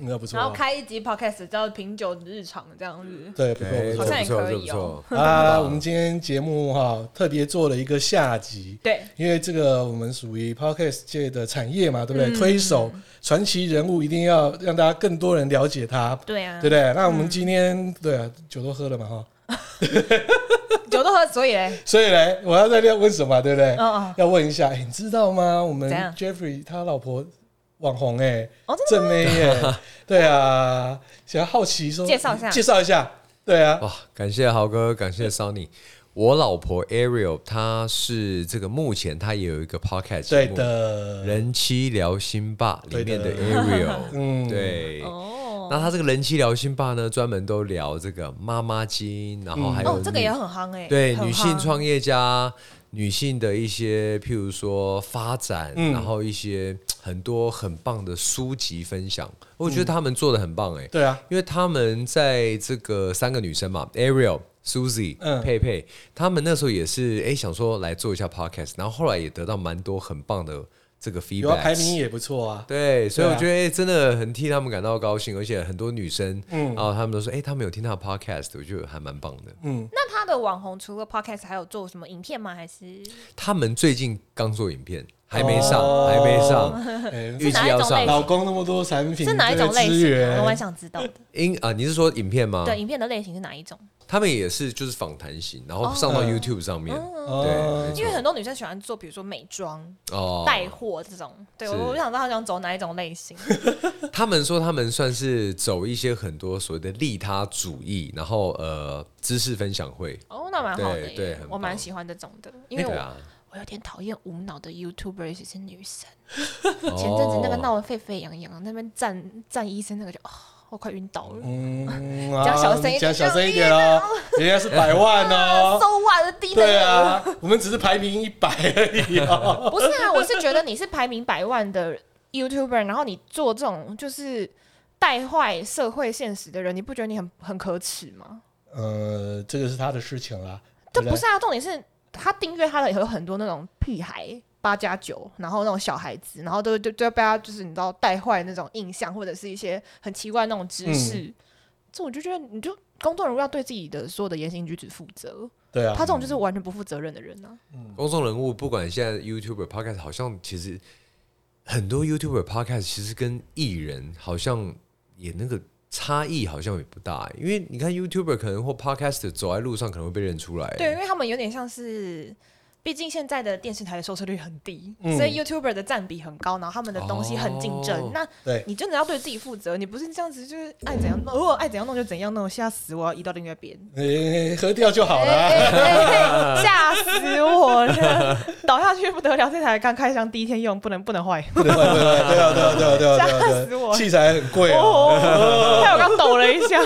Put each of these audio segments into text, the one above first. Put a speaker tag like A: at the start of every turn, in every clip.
A: 应该不错
B: 然后
A: 啊。
B: 开一集 podcast 叫品酒日常这样
C: 嗯
A: 对，
B: 子。
A: 不错不
B: 好
A: 错
B: 像也可以哦
C: 这不错。这不错
A: 啊！我们今天节目哈特别做了一个下集，
B: 对，
A: 因为这个我们属于 podcast 界的产业嘛，对
B: 嗯
A: 不对？推手传奇人物一定要让大家更多人了解他，
B: 对啊嗯
A: 对不，对？那我们今天对啊，酒都喝了嘛哈，
B: 酒都喝，所以嘞，
A: 所以嘞，我要在这问什么，对不对？
B: 嗯嗯，
A: 要问一下，哎你知道吗？我们
B: 怎样
A: Jeffrey 他老婆网红哎、
B: 哦，真
A: 正妹耶、对啊，想要好奇说
B: 介绍一下
A: 介绍一下，对啊，
C: 哇，感谢豪哥，感谢 Sunny。我老婆 Ariel，她是这个目前她也有一个 podcast
A: 对
C: 节目，
A: 的，
C: 人妻聊心吧》里面的
A: 对
C: Ariel，
A: 嗯，
C: 对
B: 的。哦
C: 那她这个人妻聊心吧呢，专门都聊这个妈妈经，然后还有、
B: 哦，这个也很夯哎，
C: 对
B: 很夯
C: 女性创业家、女性的一些，譬如说发展，
A: 嗯
C: 然后一些很多很棒的书籍分享，我觉得
A: 嗯
C: 他们做的很棒哎、
A: 对啊，
C: 因为他们在这个三个女生嘛，Ariel、Susie、
A: 嗯
C: 佩佩，他们那时候也是哎、想说来做一下 podcast，然后后来也得到蛮多很棒的这个
A: 有啊，排
C: feedback。
A: 名也不错 啊，
C: 对，所以我
A: 对啊
C: 觉得、哎真的很替他们感到高兴，而且很多女生，
A: 嗯
C: 然后他们都说，哎、他们有听他的 podcast，我觉得还蛮棒的。
A: 嗯，
B: 那他的网红除了 podcast 还有做什么影片吗？还是
C: 他们最近刚做影片，还没上，
A: 哦
C: 还没上，
A: 哎
C: 预计 要
B: 是哪一种类型
C: 上。
A: 老公那么多产品，
B: 是哪一种
A: 这
B: 类
A: 些资
B: 型啊？我蛮
A: 源？
B: 想知道的。
C: 因啊，你是说影片吗？
B: 对，，影片的类型是哪一种？
C: 他们也是就是访谈型，然后上到 YouTube 上面。
A: 哦
C: 对，
B: 嗯因为很多女生喜欢做，比如说美妆、
C: 哦，
B: 带货这种。对，
C: 是
B: 我我想知道她想走哪一种类 型。
C: 他们说他们算是走一些很多所谓的利他主义，然后呃，知识分享会。
B: 哦，那蛮好的
C: 对
B: 耶，
C: 对很
B: 我蛮
C: 棒
B: 喜欢这种的，因为
C: 对
B: 我、
C: 啊，
B: 我有点讨厌无脑的 YouTuber，尤其是女生。
C: 前
B: 前阵子
A: 哦
B: 那个
C: 哦
B: 闹得沸沸扬扬，那边站站医生那个就哦，我快晕倒了。
A: 嗯，啊
B: 讲小声一点
A: 讲小声一点哦，人家是百万
B: 啊，
A: 哦，
B: 手腕的低能
A: 对
B: 儿，
A: 啊，我们只是排名一百而已哦，
B: 不是啊，我是觉得你是排名百万的 YouTuber，然后你做这种就是带坏社会现实的人，你不觉得你很很可耻吗？
A: 呃，这个是他的事情啦，
B: 这
A: 对
B: 不
A: 对
B: 是啊，重点是他订阅他的有很多那种屁孩八加九，然后那种小孩子，然后都就就被他就是你知道带坏那种印象，或者是一些很奇怪的那种知识，
A: 嗯
B: 这我就觉得你就工作人物要对自己的所有的言行举止负责，
A: 对
B: 他
A: 啊，
B: 这种就是完全不负责任的人啊。
C: 公众人物，不管现在 YouTube、Podcast，好像其实很多 YouTube、Podcast 其实跟艺人好像也那个差异好像也不大，欸因为你看 YouTuber 可能或 Podcast 走在路上可能会被认出来。欸
B: 对，因为他们有点像是。毕竟现在的电视台的收视率很低，
A: 嗯
B: 所以 YouTuber 的占比很高，然后他们的东西很竞争。
C: 哦
B: 那
A: 对
B: 你真的要对自己负责，你不是这样子，就是爱怎样弄，偶尔爱怎样弄就怎样弄，吓死我！要移到另外一边。
A: 哎，喝掉就好了。
B: 哎 哎哎吓死我了！倒下去不得了，这台刚开箱第一天用，不能不能坏，
A: 对对对对啊对啊对啊对啊对啊
B: 吓死
A: 对
B: 我
A: 啊！器材很贵啊。
B: 哦，害我刚抖了一 下。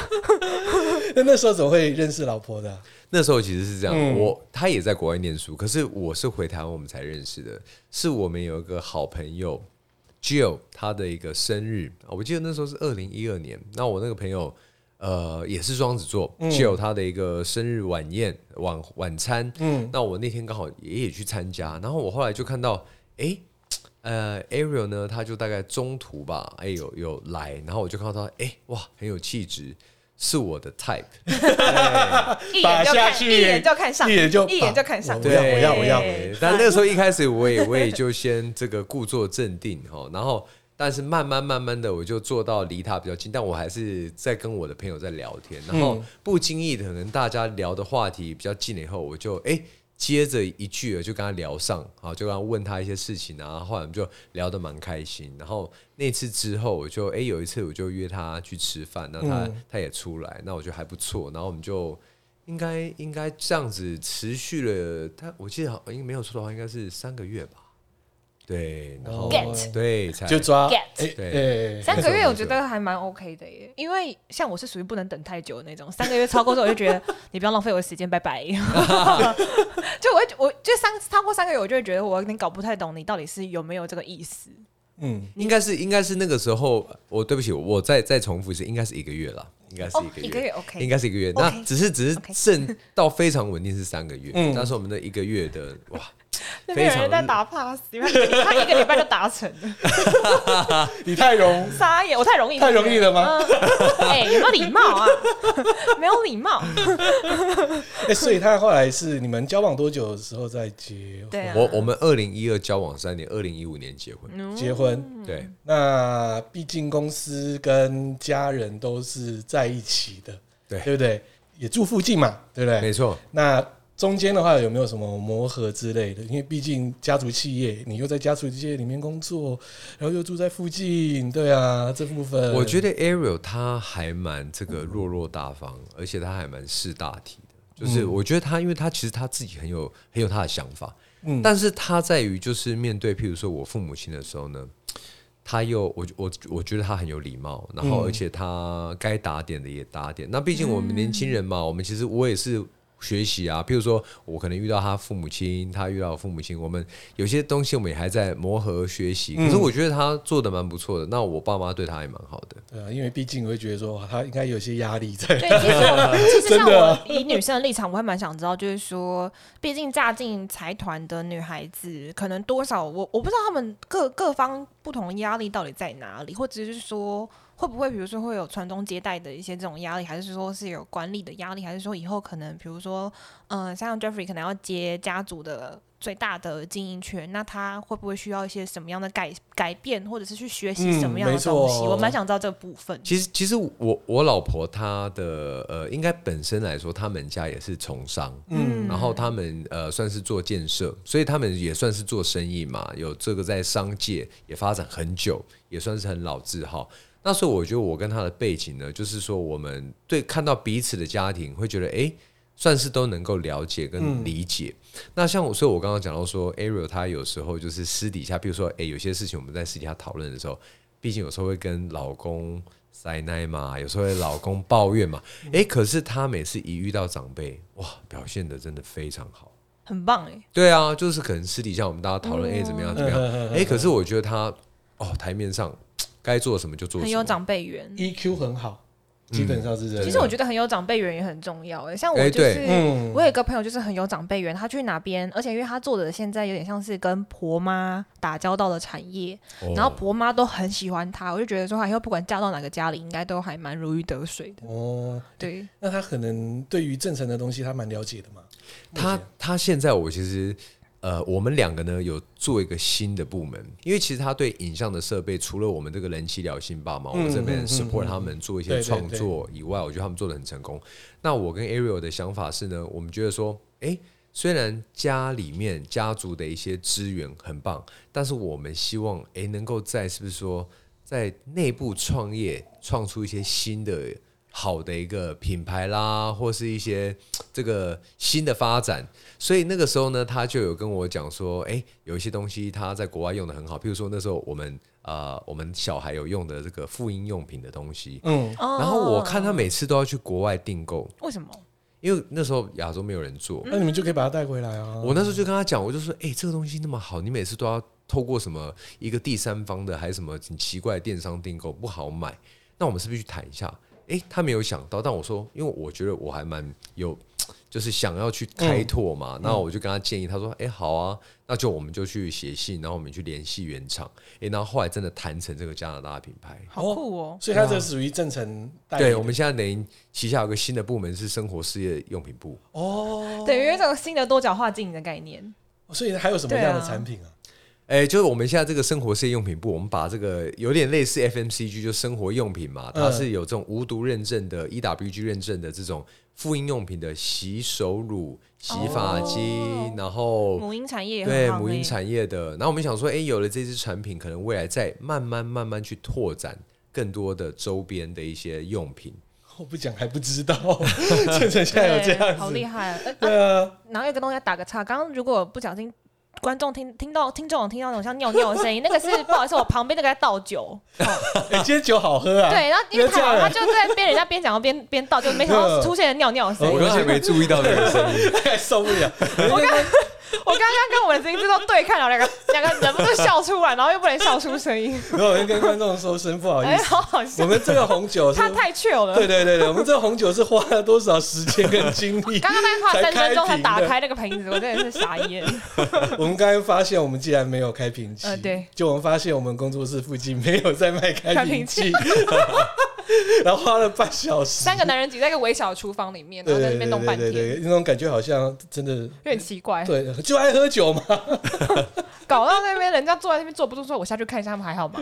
A: 那那时候怎么会认识老婆的？
C: 那时候其实是这样，
A: 嗯
C: 我他也在国外念书，可是我是回台湾我们才认识的，是我们有一个好朋友 Jill 他的一个生日，我记得那时候是二零一二年，那我那个朋友呃也是双子座、j
A: 嗯
C: i l l 他的一个生日晚宴晚晚餐，
A: 嗯
C: 那我那天刚好也也去参加，然后我后来就看到诶。呃，Ariel 呢，他就大概中途吧，哎、有有来，然后我就看到他，哎、哇，很有气质，是我的 type，
B: 一
A: 打
B: 眼就
A: 下
B: 看，
A: 去
B: 一眼就看上，
A: 一眼就
B: 一眼就看上。
A: 我要我要我要
B: 对
C: 但那个时候一开始我也我也就先这个故作镇定哈，然后但是慢慢慢慢的我就坐到离他比较近，但我还是在跟我的朋友在聊天，然后不经意的可能大家聊的话题比较近了以后，我就哎。接着一句就跟他聊上，好，就跟他问他一些事情啊，后来我们就聊得蛮开心。然后那次之后，我就哎、有一次我就约他去吃饭，那他、
A: 嗯
C: 他也出来，那我觉得还不错，然后我们就应该应该这样子持续了，他我记得好，应该没有错的话，应该是三个月吧。对，然后
B: Get
C: 对才
A: 就抓
B: Get
A: 哎
C: 对
A: 哎
B: 三个月我觉得还蛮 OK 的耶，因为像我是属于不能等太久的那种，三个月超过之后我就觉 得你不要浪费我的时间，拜 拜。就我会我就三超过三个月，我就会觉得我有点搞不太懂你到底是有没有这个意思。
A: 嗯
C: 应该是应该是那个时候，我对不起，我再再重复一次，应该是一个月了，应应该是
B: 哦
C: 一个月，
B: 一个月
C: 应
B: OK，
C: 该是一个月。
B: OK
C: 那只是只是
B: OK
C: 剩到非常稳定是三个月，
A: 嗯
C: 但是我们的一个月的哇，
B: 那边有
C: 非常
B: 人在打 pass，因为 他一个礼拜就达成了，
A: 你太容
B: 傻眼，我太容易，
A: 太容易了吗
B: 嗯？哎，有没有礼貌 啊？没有礼貌，
A: 哎、所以他后来是你们交往多久的时候再结婚？
B: 对啊
C: 我我们二零一二交往三年，二零一五年结婚，
B: 嗯
A: 结婚。
C: 对
A: 那毕竟公司跟家人都是在一起的，
C: 对
A: 对不对？也住附近嘛，对不对？
C: 没错，
A: 那中间的话有没有什么磨合之类的？因为毕竟家族企业，你又在家族企业里面工作，然后又住在附近，对啊，这部分
C: 我觉
A: 得
C: 得 Ariel 他还蛮这个落落大方，而且他还蛮识大体的。就是我觉得他，因为他其实他自己很有很有他的想法，
A: 嗯
C: 但是他在于就是面对譬如说我父母亲的时候呢，他又我我我觉得他很有礼貌，然后
A: 嗯
C: 而且他该打点的也打点。那毕竟我们年轻人
A: 嗯
C: 嘛，我们其实我也是。学习啊，譬如说，我可能遇到他父母亲，他遇到我父母亲，我们有些东西我们也还在磨合学习。
A: 嗯
C: 可是我觉得他做的蛮不错的，那我爸妈对他也蛮好的。
A: 对啊，因为毕竟我会觉得说哇他应该有些压力在，
B: 对，其实 我其实像
A: 真的
B: 我
A: 啊
B: 以女生的立场，我会蛮想知道，就是说，毕竟嫁进财团的女孩子，可能多少我我不知道她们各各方不同的压力到底在哪里，或者是说会不会，比如说会有传宗接代的一些这种压力，还是说是有管理的压力，还是说以后可能比如说，嗯、像 Jeffrey 可能要接家族的。最大的经营权，那他会不会需要一些什么样的改改变，或者是去学习什么样
A: 嗯
B: 的
A: 没错
B: 东西？我蛮想知道这部分。
C: 其实，其实我我老婆她的呃，应该本身来说，他们家也是从商，
B: 嗯
C: 然后他们呃算是做建设，所以他们也算是做生意嘛，有这个在商界也发展很久，也算是很老字号。那所以我觉得我跟他的背景呢，就是说我们对看到彼此的家庭，会觉得诶，算是都能够了解跟理解。那像我，所以我刚刚讲到说，Ariel 他有时候就是私底下，比如说诶，有些事情我们在私底下讨论的时候，毕竟有时候会跟老公塞奶嘛，有时候会老公抱怨嘛。
A: 嗯
C: 诶，可是他每次一遇到长辈，哇，表现的真的非常好。
B: 很棒哎、
C: 对啊，就是可能私底下我们大家讨
A: 嗯
C: 论，诶，怎么样怎么样？ 诶，哎可是我觉得他哦，台面上该做什么就做什
B: 很有
C: 么。
B: 长辈缘。
A: EQ E 很好，基本上是这样。
C: 嗯
B: 其实我觉得很有长辈缘也很重要诶、像
C: 哎
B: 我就是、
C: 对
A: 嗯
B: 我有一个朋友就是很有长辈缘，他去哪边，而且因为他做的现在有点像是跟婆妈打交道的产业，
C: 哦
B: 然后婆妈都很喜欢他，我就觉得说他以后不管嫁到哪个家里，应该都还蛮如鱼得水的。
A: 哦，
B: 对，
A: 那他可能对于正常的东西他蛮了解的嘛。
C: 他他现在我其实呃，我们两个呢有做一个新的部门，因为其实他对影像的设备，除了我们这个人气疗心爸嘛，我们这边
A: 嗯嗯
C: support
A: 嗯
C: 他们做一
A: 对对
C: 些创作以外，我觉得他们做的很成功。那我跟 Ariel 的想法是呢，我们觉得说，诶，虽然家里面家族的一些资源很棒，但是我们希望诶能够在是不是说在内部创业，创出一些新的好的一个品牌啦，或是一些嘖这个新的发展。所以那个时候呢，他就有跟我讲说，诶，有一些东西他在国外用的很好，譬如说那时候我们呃我们小孩有用的这个妇婴用品的东西，
A: 嗯，
B: 哦
C: 然后我看他每次都要去国外订购，
B: 为什么？
C: 因为那时候亚洲没有人做，
A: 那你们就可以把它带回来啊。
C: 我那时候就跟他讲，我就说，哎、这个东西那么好，你每次都要透过什么一个第三方的，还是什么很奇怪的电商订购，不好买。那我们是不是去谈一下？哎、他没有想到，但我说，因为我觉得我还蛮有，就是想要去开拓嘛。那我就跟他建议，他说，哎、好啊，那就我们就去写信，然后我们去联系原厂。哎、然后后来真的谈成这个加拿大品牌。
B: 好酷哦！
A: 所以它这属于正常代理的。
C: 对，我们现在等于旗下有个新的部门是生活事业用品部。
A: 哦，
B: 等于这种新的多角化经营的概念，
A: 所以还有什么样的产品啊？
C: 哎、就是我们现在这个生活事业用品部，我们把这个有点类似 FMCG，就生活用品嘛，它
A: 嗯
C: 是有这种无毒认证的、EWG 认证的这种妇婴用品的洗手乳、洗发精，
B: 哦
C: 然后
B: 母婴产业也
C: 对
B: 很好、欸、
C: 母婴产业的。然后我们想说，哎、有了这支产品，可能未来再慢慢慢慢去拓展更多的周边的一些用品。
A: 我不讲还不知 道，正成现 在有这
B: 对
A: 样
B: 好厉
A: 子。
B: 害、啊！呃
A: 对啊，
B: 然后有个东西要打个岔，刚刚如果不小心。观众听听到听众有听到那种像尿尿的声音，那个是不好意思，我旁边那个在倒酒。
A: 哎，今天酒好喝啊。
B: 对，然后因为
A: 不要这
B: 他
A: 样
B: 他就在边人家边讲话边边倒，就没想到出现了尿尿的声
A: 我
B: 音。
A: 刚才哎
C: 没注意到这个声音。
A: 对，受不了。我刚
B: 我刚刚跟我们的音这都对看了，两个 两个忍不住笑出来，然后又不能笑出 声音，
A: 然后我先跟观众说声不好意
B: 哎，
A: 思，
B: 好好笑
A: 我。们这个红酒是
B: 他太 chill 了，
A: 对对对对，我们这红酒是花了多少时间跟精力？
B: 刚刚在花三分钟
A: 才开
B: 才
A: 瓶
B: 打
A: 的
B: 开那个瓶子，我真的是傻眼。
A: 我们刚刚发现，我们竟然没有开瓶器。
B: 呃对，
A: 就我们发现我们工作室附近没有在卖开
B: 开
A: 瓶
B: 瓶
A: 器，然后花了半小时。
B: 三个男人挤在一个微小的厨房里面，
A: 对
B: 然后在
A: 对对
B: 那边弄
A: 对
B: 半
A: 对对
B: 天，，
A: 那种感觉好像真的
B: 有点奇怪。
A: 对，就爱喝酒嘛。
B: 搞到那边人家坐在那边坐不住，说我下去看一下他们还好 吗？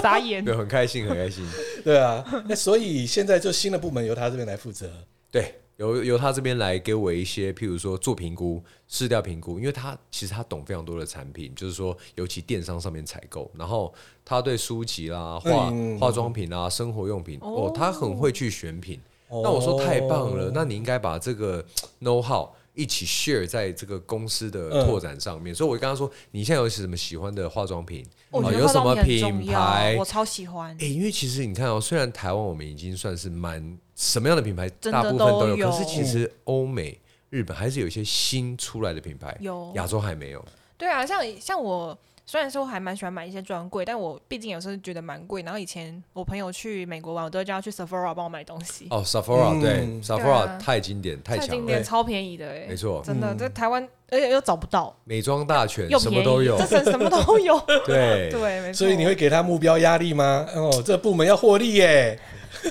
B: 傻眼。
C: 对，很开心，很开心。
A: 对啊，那所以现在就新的部门由他这边来负责。
C: 对，由由他这边来给我一些，譬如说做评估、试调评估，因为他其实他懂非常多的产品，就是说尤其电商上面采购，然后他对书籍啦、化、
A: 嗯
C: 化妆品啦、生活用品，哦
B: 哦
C: 他很会去选品。
A: 哦
C: 那我说太棒了，那你应该把这个 know how 一起 share 在这个公司的
A: 嗯
C: 拓展上面。所以我跟他说，你现在有什么喜欢的化妆品？
B: 哦我觉
C: 啊
B: 得
C: 有
B: 化
C: 什么
B: 妆品很
C: 品
B: 重
C: 牌
B: 要，我？超喜欢
C: 哎、。因为其实你看哦，虽然台湾我们已经算是蛮什么样的品牌，
B: 真的
C: 大部分都
B: 都有
C: 可是其实欧美、日本还是有一些新出来的品牌，
B: 有
C: 亚洲还没有。
B: 对啊，像像我虽然说我还蛮喜欢买一些专柜，但我毕竟有时候觉得蛮贵。然后以前我朋友去美国玩，我都会叫他去 Sephora 帮我买东西，
C: 哦，Sephora、
A: 嗯
C: 对
B: 对
C: ，Sephora
B: 啊
C: 太经典，太
B: 太
C: 强
B: 经
C: 了，
B: 典，超便宜的哎、
C: 没错，
B: 真的
A: 嗯
B: 在台湾，而且又找不到，
C: 美妆大全
B: 又
C: 什
B: 便
C: 么
B: 宜，
C: 都有
B: 这，什什么都有。
C: 对。
B: 对，没错。
A: 所以你会给他目标压力吗？哦，这部门要获利耶。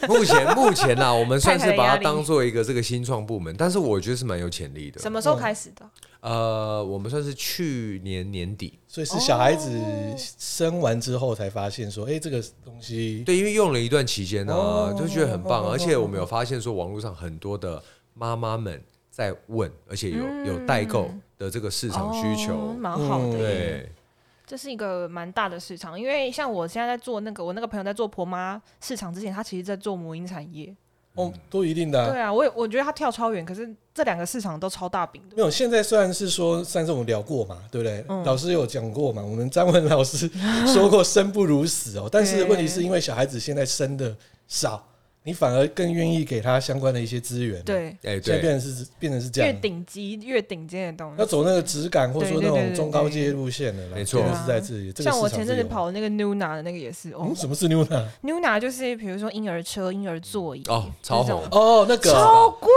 C: 目前目前啦，我们算是
B: 太太的
C: 把
B: 压
C: 它
B: 力
C: 当做一个这个新创部门，但是我觉得是蛮有潜力
B: 什
C: 的。
B: 么时候开始的？
C: 呃，我们算是去年年底，
A: 所以是小孩子生完之后才发现说，哎、这个东西
C: 对，因为用了一段期间呢、啊，
A: 哦
C: 就觉得很棒，
A: 哦哦
C: 而且我们有发现说，网络上很多的妈妈们在问，而且有、
B: 嗯
C: 有代购的这个市场需求，
B: 哦蛮好的
A: 嗯
B: 耶。
C: 对，
B: 这是一个蛮大的市场，因为像我现在在做那个，我那个朋友在做婆妈市场之前，他其实在做母婴产业。
A: 哦，都一定的啊、
B: 对啊，我也我觉得他跳超远，可是这两个市场都超大饼的。
A: 没有，现在虽然是说，上次我们聊过嘛，对不对？
B: 嗯
A: 老师有讲过嘛，我们张文老师说过“生不如死”哦。但是
B: 对
A: 问题是因为小孩子现在生的少，你反而更愿意给他相关的一些资源。，
B: 对，
C: 哎、
A: 现在
C: 对，
A: 变成是变成是这
B: 越
A: 样，
B: 顶级越顶尖的东
A: 要
B: 西。
A: 走那个质感或者说那
B: 对对对
A: 种
B: 对
A: 中高阶路线的啦，
C: 没错
A: 真的是在这里。这个
B: 像我
A: 市场
B: 前
A: 是
B: 阵
A: 有
B: 子跑的那个 Nuna 的那个也是哦
A: 嗯，什么是 Nuna？
B: ，Nuna 就是比如说婴儿车、婴儿座椅
C: 哦超
B: 这种
C: 红
A: 哦，那个
B: 超贵，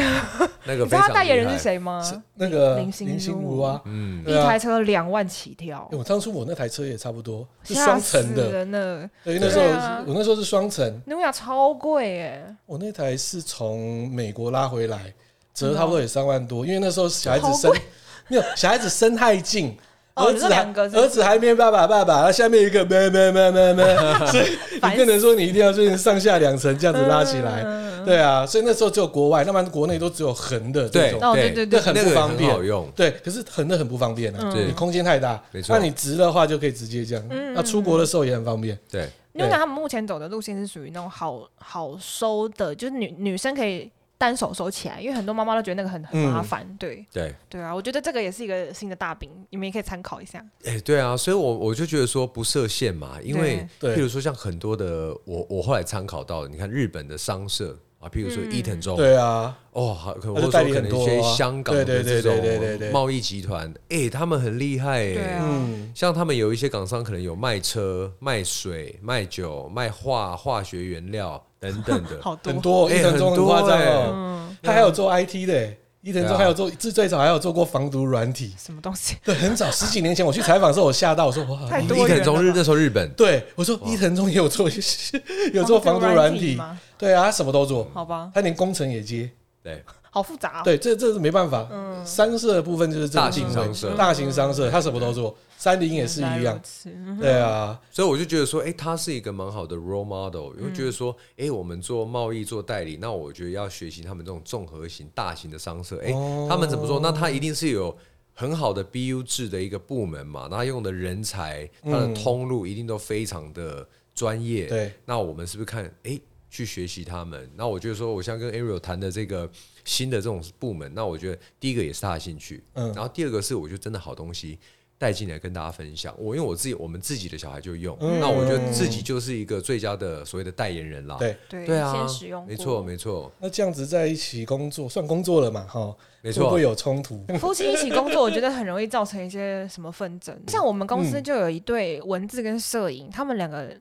C: 那
B: 你
C: 个
B: 知
C: 非
B: 道
C: 常
B: 他代言人
C: 厉害
B: 是？谁吗？
A: 是那个
B: 林
A: 林心
B: 心
A: 如啊，
C: 嗯，
A: 对
B: 一
A: 啊
B: 台车两万起跳
A: 哎，我当初我那台车也差不多是
B: 吓
A: 双
B: 死
A: 层的，
B: 人了。
A: 对，
C: 对
A: 那时候
B: 啊
A: 我那时候是双层，
B: Nuna 超贵哎，
A: 我那台是从美国拉回来，折差不多也三万多，因为那时候小孩子生
B: 好贵
A: 没有小孩子生太近。
B: 哦
A: 儿
B: 你
A: 子
B: 说
A: 还
B: 两个是不是
A: 儿子还没爸爸爸爸，然后下面一个咩咩咩咩 咩，所以你不能说你一定要就是上下两层这样子拉起
B: 嗯
A: 来，对啊，所以那时候只有国外，那么国内都只有横的这
C: 对
A: 种，
B: 哦
C: 对
B: 对对嗯
A: 对
C: 那
A: 很不
C: 个
A: 方
C: 很
A: 便
C: 好用，
A: 对，可是横的很不方便啊，
C: 对
A: 你空间太大，
C: 没错
A: 那你直的话就可以直接这样，那出国的时候也很方便，
C: 对，
B: 因为他们目前走的路线是属于那种好好收的，就是女女生可以单手收起来，因为很多妈妈都觉得那个很很麻烦。对
C: 对，
B: 对啊，我觉得这个也是一个新的大饼，你们也可以参考一下。
C: 哎、对啊，所以我我就觉得说不设限嘛，因为
A: 对
C: 譬如说像很多的，我我后来参考到的，你看日本的商社啊，譬如说
B: 嗯
C: 伊藤忠，
A: 对啊，
C: 哦，好，可
A: 他
C: 或
A: 就
C: 者
A: 代
C: 说
A: 理
C: 可
A: 很
C: 能
A: 多
C: 一些
A: 啊
C: 香港
A: 对
C: 的
A: 对对
C: 这种
A: 对对对对
C: 贸易集团，哎，他们很厉害
B: 对
C: 哎。
B: 啊，
A: 嗯，
C: 像他们有一些港商，可能有卖车、卖水、卖酒、卖化化学原料等等的。
B: 好多
A: 很多，
C: 哎
A: 一层中很夸张
C: 很多哎
A: 哦。
B: 嗯，
A: 他还有做 IT 的、欸，伊藤
C: 对
A: 忠
C: 啊
A: 还有做，最最早还有做过防毒软体。
B: 什么东西？
A: 对，很早十几年前我去采访的时候，我吓到，我说哇，
B: 太
A: 伊
B: 多
C: 伊
B: 元
C: 藤
B: 了
C: 忠日
B: 吧
C: 那时候日本，
A: 对，我说伊藤忠也有做， 有做防毒软体，
B: 吗？
A: 对啊，他什么都做，
B: 好吧，
A: 他连工程也接。
C: 对
B: 好嗯复杂、哦。
A: 对，这这是没办法。商社的部分就是这个
C: 大
A: 定
C: 型
A: 位
C: 商社
A: 大型商社他什么都做，三菱也是一样。
B: 样。
A: 对啊，
C: 所以我就觉得说，哎、他是一个蛮好的 role model。我就觉得说，哎、我们做贸易、做代理，那我觉得要学习他们这种综合型、大型的商社，哎、他们怎么做？那他一定是有很好的 BU 制的一个部门嘛，那他用的人才、他的通路一定都非常的专业。
A: 对，
C: 那我们是不是看，哎、去学习他们？那我觉得说，我像跟 Ariel 谈的这个新的这种部门，那我觉得第一个也是他的兴趣，
A: 嗯
C: 然后第二个是我觉得真的好东西。带进来跟大家分享。我因为我自己我们自己的小孩就用，
A: 嗯
C: 那我觉得自己就是一个最佳的所谓的代言人啦。
A: 对，
B: 对
C: 对啊
B: 先使用，
C: 没错，没错，
A: 那这样子在一起工作，算工作了嘛？哈，
C: 没
A: 会不
C: 错
A: 会。有冲 突？
B: 夫妻一起工作，我觉得很容易造成一些什么纷争。像我们公司就有一对文字跟摄影，他们两个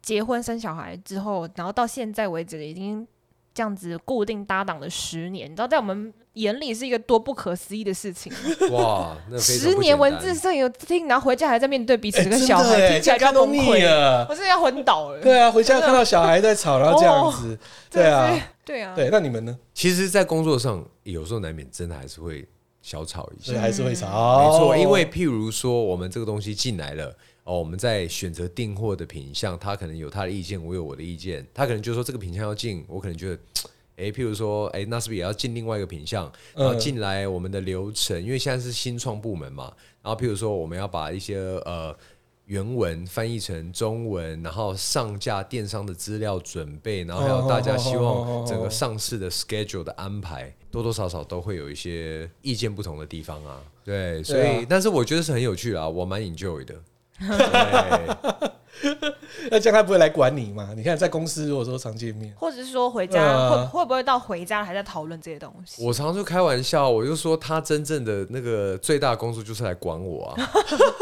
B: 结婚生小孩之后，然后到现在为止已经这样子固定搭档了十年。你知道，在我们眼里是一个多不可思议的事情。
C: 哇，那非常不
B: 十年
C: 简单
B: 文字摄影听，然后回家还在面对彼此
A: 哎
B: 跟小孩，听起来就
A: 真的哎这样
B: 要崩
A: 看都腻
B: 溃了，
A: 了。
B: 我真的要昏倒 了。
A: 对啊，回家看到小孩在吵，然后这样子，对
B: 真的是
A: 啊，，
B: 对啊，
A: 对，那你们呢？
C: 其实，在工作上有时候难免真的还是会小吵一下
A: 所以。还是会吵，
B: 嗯
A: 哦
C: 没错，因为譬如说，我们这个东西进来了，哦，我们在选择订货的品相，他可能有他的意见，我有我的意见，他可能就说这个品相要进，我可能觉得。诶，譬如说，诶，那是不是也要进另外一个品相？然后
A: 嗯
C: 进来我们的流程，因为现在是新创部门嘛。然后譬如说，我们要把一些呃原文翻译成中文，然后上架电商的资料准备，然后还有大家希望整个上市的 schedule 的安排，多多少少都会有一些意见不同的地方啊。对，所以、
A: 对啊
C: 但是我觉得是很有趣啦，我蛮 enjoy 的。对
A: 那这样他不会来管你嘛？你看在公司如果说常见面，
B: 或者是说回家、
A: 嗯
B: 会会不会到回家还在讨论这些东西？
C: 我常常就开玩笑，我就说他真正的那个最大的工作就是来管我 啊，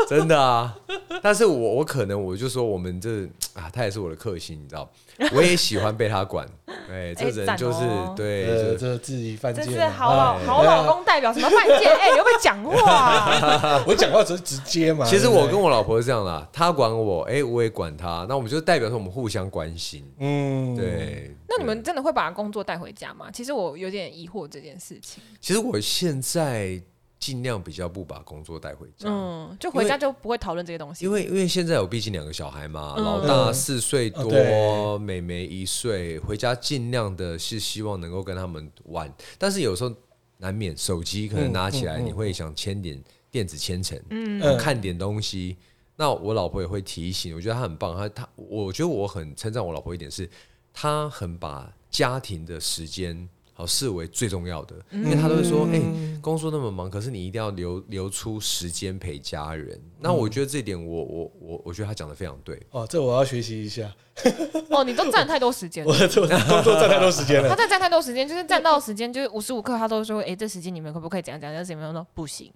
C: 真的啊。但是我我可能我就说我们这啊，他也是我的克星，你知道，我也喜欢被他管。 哎，这人
B: 赞
C: 就是、
B: 哦
C: 对，就
A: 呃，
C: 是
A: 这自己犯
B: 真
A: 贱啊
B: 是
A: 了，
B: 好老
C: 哎
B: 好老公代表什么犯贱？哎、你会不会讲话啊、
A: 啊我讲话只是直接嘛。
C: 其实我跟
A: 我
C: 我老婆是这样啦，她管我，哎、我也管她，那我们就代表说我们互相关心。
A: 嗯，
C: 对，
B: 那你们真的会把工作带回家吗？其实我有点疑惑这件事情。
C: 对其实我现在尽量比较不把工作带回家，
B: 嗯，就回家就不会讨论这些东西。
C: 因为因为现在我毕竟两个小孩嘛，
B: 嗯
C: 老大四岁多，
A: 啊对
C: 妹妹一岁，回家尽量的是希望能够跟他们玩，但是有时候难免手机可能拿起来，
A: 嗯嗯嗯
C: 你会想签点电子签程，
B: 嗯，
A: 嗯
C: 看点东西。那我老婆也会提醒，我觉得她很棒。她她，我觉得我很称赞我老婆一点是，她很把家庭的时间好视为最重要的，因为她都会说，哎、工作那么忙，可是你一定要留留出时间陪家人。那我觉得这一点我，我我我觉得她讲的非常对。
A: 哦，这我要学习一下，
B: 哦，你都占太多时间
A: 我
B: 了。
A: 这我工作占太多时间
B: 他
A: 了。
B: 在占太多时间，就是占到时间，就是无时无刻他都说，哎、这时间你们可不可以怎样怎样？这时间你们说不行，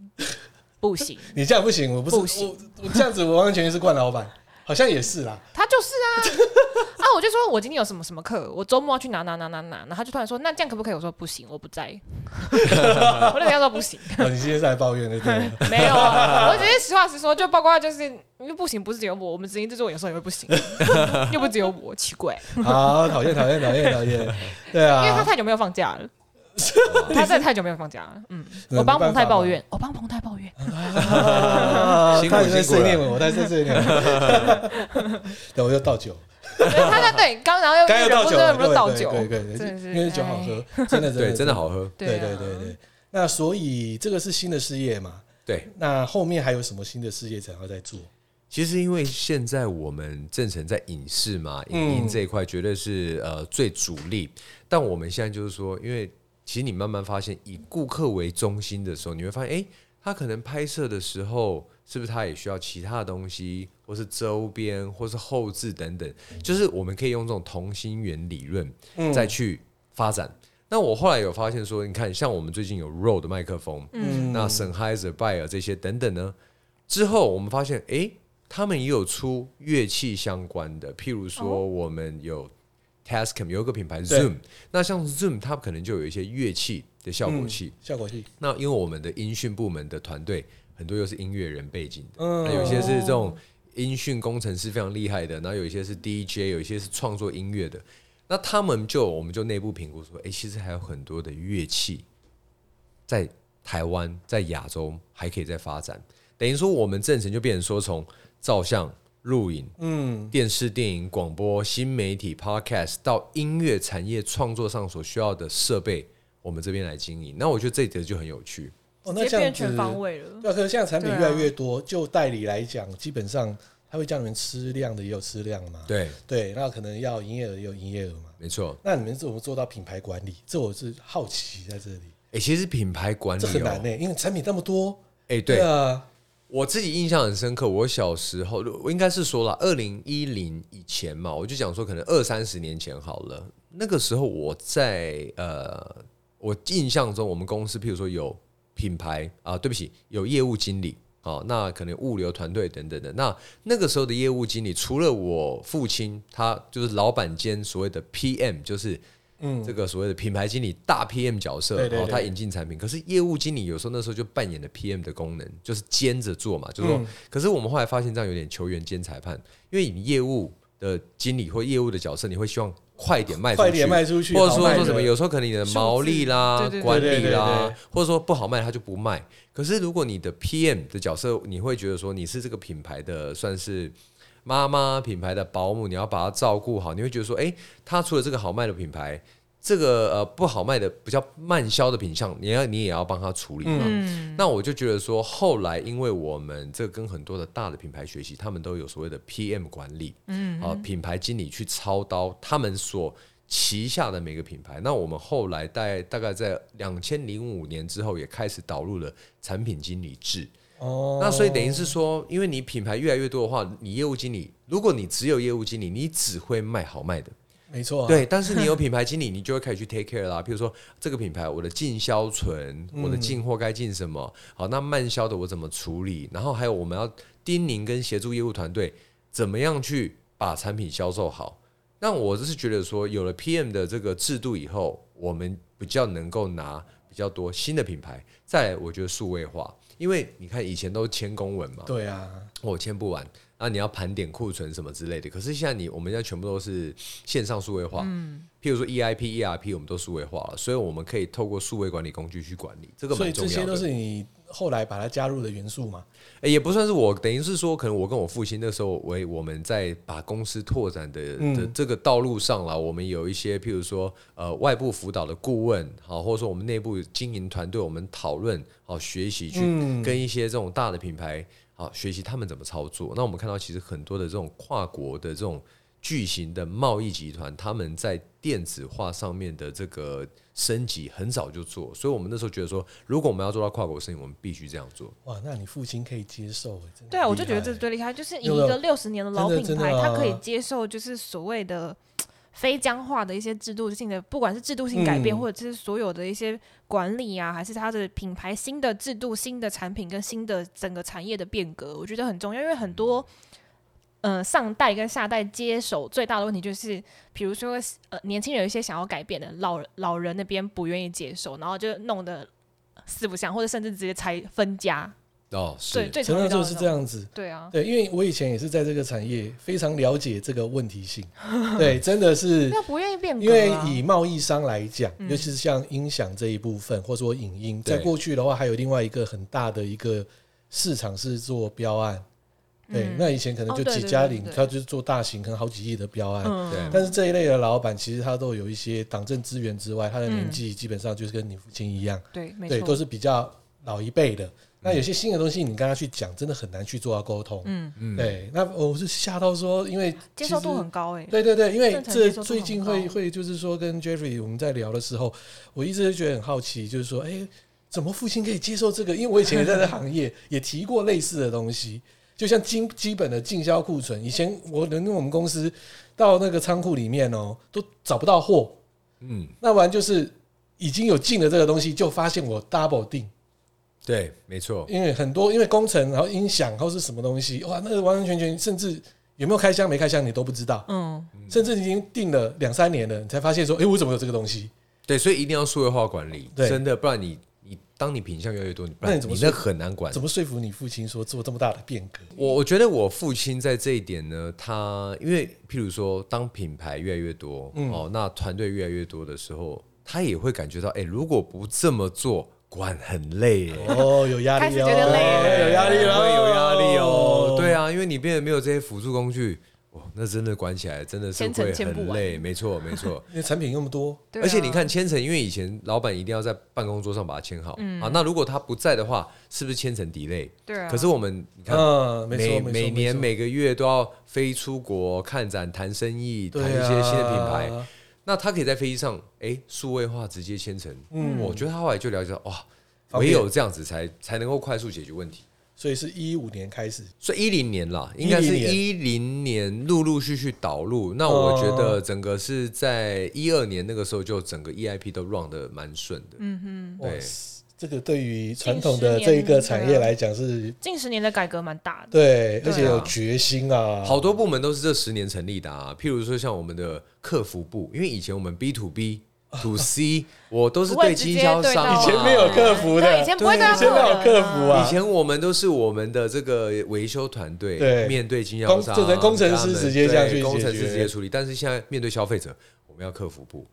B: 不行，
A: 你这样不行，我不
B: 不
A: 是我
B: 行
A: 我这样子，我完完全全是惯老板，好像也是 啦。
B: 他就是啊啊！我就说我今天有什么什么课，我周末要去哪哪哪哪哪，然后他就突然说，那这样可不可以？我说不行，我不在， 我就跟他说不行。
A: 哦，你今天是来抱怨的，对了。
B: 没有，啊，我只是实话实说，就包括就是因为不行，不是只有我，我们执行制作有时候也会 不行，又不是只有我，奇怪，
A: 好，讨厌，讨厌，讨厌，讨厌。对
B: 因为他
A: 啊，
B: 太久没有放假 了。他真的太久没有放假了，嗯，
A: 那
B: 我帮
A: 没办
B: 彭泰
A: 法嘛
B: 抱怨，我哦帮彭泰抱怨，
A: 啊
C: 辛苦
A: 他也在
C: 辛苦
A: 碎
C: 了
A: 念我，我在碎碎念我。 对，我又倒酒，
B: 对他在对刚然后又
A: 刚又
B: 忍
A: 倒
B: 不
A: 酒
B: 住
A: 了，
B: 忍不住倒
A: 对
B: 酒，
A: 对对对，
B: 真的是哎
A: 因为酒好喝，真的
C: 对，真的
A: 好。
C: 好喝。
A: 对对
B: 啊
A: 对对。那所以这个是新的事业嘛？
C: 对，
A: 那后面还有什么新的事业想要再做？
C: 其实因为现在我们正成在影视嘛，影音这一块绝对是呃最主力。但我们现在就是说，因为其实你慢慢发现，以顾客为中心的时候，你会发现，哎、他可能拍摄的时候，是不是他也需要其他的东西，或是周边，或是后置等等？就是我们可以用这种同心圆理论
A: 嗯
C: 再去发展。那我后来有发现说，你看，像我们最近有 Rode 麦克风，
A: 嗯
C: 那 Sennheiser、拜尔这些等等呢，之后我们发现，诶，他们也有出乐器相关的，譬如说
B: 哦
C: 我们有 Tascam 有一个品牌
A: 对
C: Zoom，那像 Zoom 它可能就有一些乐器的效果器。
A: 效果器，
C: 那因为我们的音讯部门的团队很多又是音乐人背景的，
A: 嗯
C: 那有些是这种音讯工程师非常厉害的，然后有一些是 DJ，有一些是创作音乐的。那他们就我们就内部评估说，诶，其实还有很多的乐器在台湾、在亚洲还可以再发展。等于说，我们正成就变成说，从照相、录影、
A: 嗯，
C: 电视、电影、广播、新媒体、Podcast 到音乐产业创作上所需要的设备，我们这边来经营。那我觉得这一点就很有趣。
A: 哦，那
B: 直接
A: 这样
B: 变
A: 子
B: 全，方位了，
A: 对啊，可是现在产品
B: 对啊
A: 越来越多，就代理来讲，基本上他会叫你们吃量的也有吃量嘛，
C: 对，
A: 对，那可能要营业额也有营业额嘛。
C: 没错。
A: 那你们怎么做到品牌管理？这我是好奇在这里，
C: 哎、其实品牌管理、
A: 这欸
C: 哦，
A: 很难呢、因为产品那么多。
C: 哎、对，
A: 啊，
C: 我自己印象很深刻，我小时候我应该是说了，二零一零以前嘛，我就讲说可能二三十年前好了。那个时候我在呃，我印象中我们公司譬如说有品牌啊，对不起，有业务经理啊，那可能物流团队等等的。那那个时候的业务经理，除了我父亲，他就是老板兼所谓的 PM，就是。
A: 嗯
C: 这个所谓的品牌经理大 PM 角色，
A: 对对
C: 然后
A: 对
C: 他引进产品，可是业务经理有时候那时候就扮演了 PM 的功能，就是兼着做嘛，就是说，
A: 嗯
C: 可是我们后来发现这样有点球员兼裁判，因为你业务的经理或业务的角色，你会希望快点卖出去，
A: 快点卖出去，
C: 或者
A: 好卖
C: 说
A: 的
C: 说什么，有时候可能你的毛利啦
B: 数字对对、对
C: 管
A: 对
C: 理
A: 对对
C: 啦
A: 对，
C: 或者说不好卖，他就不卖。可是如果你的 PM 的角色，你会觉得说你是这个品牌的算是妈妈品牌的保姆，你要把它照顾好，你会觉得说，诶，它除了这个好卖的品牌，这个呃不好卖的比较慢销的品相，你要你也要帮他处理。
B: 嗯，
C: 那我就觉得说，后来因为我们这跟很多的大的品牌学习，他们都有所谓的 PM 管理，嗯，啊，品牌经理去操刀他们所旗下的每个品牌。那我们后来在大概在两千零五年之后，也开始导入了产品经理制。
A: 哦
C: 那所以等于是说，因为你品牌越来越多的话，你业务经理，如果你只有业务经理，你只会卖好卖的。
A: 没错啊，
C: 对，但是你有品牌经理，你就会开始去 take care 啦。譬如说，这个品牌我的进销存，我的
A: 嗯
C: 进货该进什么？好，那慢销的我怎么处理？然后还有我们要叮咛跟协助业务团队怎么样去把产品销售好。那我就是觉得说，有了 PM 的这个制度以后，我们比较能够拿比较多新的品牌。再来，我觉得数位化，因为你看以前都签公文嘛，
A: 对啊，
C: 我哦签不完，那你要盘点库存什么之类的。可是现在你我们现在全部都是线上数位化，譬如说 E EIP、ERP 我们都数位化了，所以我们可以透过数位管理工具去管理，这个
A: 所
C: 蛮
A: 以这
C: 重
A: 些
C: 要
A: 都
C: 的。
A: 是你后来把它加入的元素嘛。
C: 诶也不算是我，等于是说，可能我跟我父亲那时候，我我们在把公司拓展的
A: 嗯
C: 的这个道路上啦，我们有一些譬如说呃外部辅导的顾问，好，或者说我们内部经营团队，我们讨论好学习去
A: 嗯
C: 跟一些这种大的品牌好学习他们怎么操作。那我们看到其实很多的这种跨国的这种巨型的贸易集团，他们在电子化上面的这个升级很早就做，所以我们那时候觉得说，如果我们要做到跨国生意，我们必须这样做。
A: 哇，那你父亲可以接受欸，真的
B: 对啊，我就
A: 厉害
B: 觉得这是最厉害，就是以
A: 有
B: 一
A: 没有
B: 个六十年的老
A: 真的
B: 品牌，
A: 真的啊
B: 它可以接受就是所谓的嘖非僵化的一些制度性的，不管是制度性改变，
A: 嗯
B: 或者是所有的一些管理啊，还是它的品牌新的制度、新的产品跟新的整个产业的变革，我觉得很重要，因为很多。呃，上代跟下代接手最大的问题就是，比如说，呃，年轻人有一些想要改变的，老老人那边不愿意接受，然后就弄得四不像，或者甚至直接拆分家。
C: 哦，是
B: 对，最常
A: 陈
B: 遇
A: 教授
B: 到的
A: 是
B: 那
A: 这
B: 种，
A: 样子。
B: 对啊。
A: 对，因为我以前也是在这个产业，非常了解这个问题 性。对，真的是
B: 那不愿意变
A: 因
B: 革、
A: 为
B: 啊，
A: 以贸易商来讲，
B: 嗯
A: 尤其是像音响这一部分，或者说影音，在
C: 对
A: 过去的话，还有另外一个很大的一个市场是做标案。对
B: 嗯，
A: 那以前可能就
B: 哦对
A: 几
B: 对
A: 家
B: 对
A: 领
B: 对，嗯
A: 他就是做大型，可能好几亿的标案。
C: 对
A: 但是这一类的老板，其实他都有一些党政资源之外，他的年
B: 嗯
A: 纪基本上就是跟你父亲一样。
B: 对，没
A: 对，
B: 错，
A: 都是比较老一辈的。那有些新的东西，你跟他去讲，真的很难去做到沟通。
B: 嗯，
C: 嗯，
A: 对，那我是吓到说，因为
B: 接受
A: 其
B: 度
A: 实
B: 很高哎、
A: 对对对，因为
B: 正常
A: 这
B: 接受度
A: 最近
B: 很
A: 会
B: 高
A: 会就是说跟 Jeffrey 我们在聊的时候，我一直就觉得很好奇，就是说，哎、怎么父亲可以接受这个？因为我以前也在这行业也提过类似的东西，就像基基本的进销库存，以前我能我们公司到那个仓库里面哦，都找不到货，
C: 嗯，
A: 那完就是已经有进了这个东西，就发现我 double 定。
C: 对，没错，
A: 因为很多因为工程，然后音响，然后是什么东西，哇，那个完完全全，甚至有没有开箱没开箱你都不知道，
B: 嗯，
A: 甚至你已经订了两三年了，你才发现说，诶，我怎么有这个东西？
C: 对，所以一定要数位化管理，
A: 对
C: 真的，不然你你当你品相越来越多，你不
A: 那
C: 然
A: 你怎么说
C: 那很难管
A: 怎。么说服你父亲说做这么大的变革？
C: 我我觉得我父亲在这一点呢，他因为譬如说，当品牌越来越多、
A: 嗯
C: 哦，那团队越来越多的时候，他也会感觉到，哎、如果不这么做，管很累耶。
A: 哦，有压
B: 开始
A: 力哦，
B: 觉得累了
A: 有压力了，
C: 会哎有压力哦。对啊，因为你变得没有这些辅助工具，哇，那真的管起来真的是
B: 千层
C: 会
B: 牵不
C: 很
B: 完
C: 累。没错，没错。
A: 因为产品那么多，
B: 对、啊，
C: 而且你看千层，因为以前老板一定要在办公桌上把它签好、啊。那如果他不在的话，是不是千层 delay？、
B: 嗯对啊，
C: 可是我们你看，
A: 嗯，没
C: 每
A: 错，没
C: 每
A: 错，
C: 年
A: 没错
C: 每个月都要飞出国看展、谈生意、谈
A: 对
C: 一
A: 啊
C: 些新的品牌。，那他可以在飞机上，哎，数位化直接签成。嗯，我觉得他后来就了解到，哇，
A: 方便
C: 唯有这样子才才能够快速解决问题。
A: 所以是一五年开始，
C: 所以一零年啦，应该是一零年陆陆续续导入。那
A: 嗯
C: 我觉得整个是在一二年那个时候，就整个 EIP 都 run 的蛮顺的。
B: 嗯
A: 哇
C: 对，
A: 这个对于传统的这一个产业来讲是
B: 哼，近十年的改革蛮大的。
A: 对，
B: 对啊
A: 而且有决心啊，
C: 好多部门都是这十年成立的啊。譬如说像我们的客服部，因为以前我们 B to B、to C，我都是
B: 不会
C: 对
B: 直
C: 经
B: 接
C: 销
B: 对
C: 商、啊，
B: 到
A: 以前没有客服的
B: 对，以前不会
C: 对
B: 这样
C: 以
A: 前
B: 做
A: 哪有
B: 的
A: 客服啊
C: 以前我们都是我们的这个维修团队，
A: 对
C: 面对经销
A: 工
C: 商，
A: 就人工程师
C: 他们
A: 直接这样
C: 对
A: 去
C: 工程
A: 解
C: 师
A: 决
C: 直接处理。但是现在面对消费者，我们要客服 部。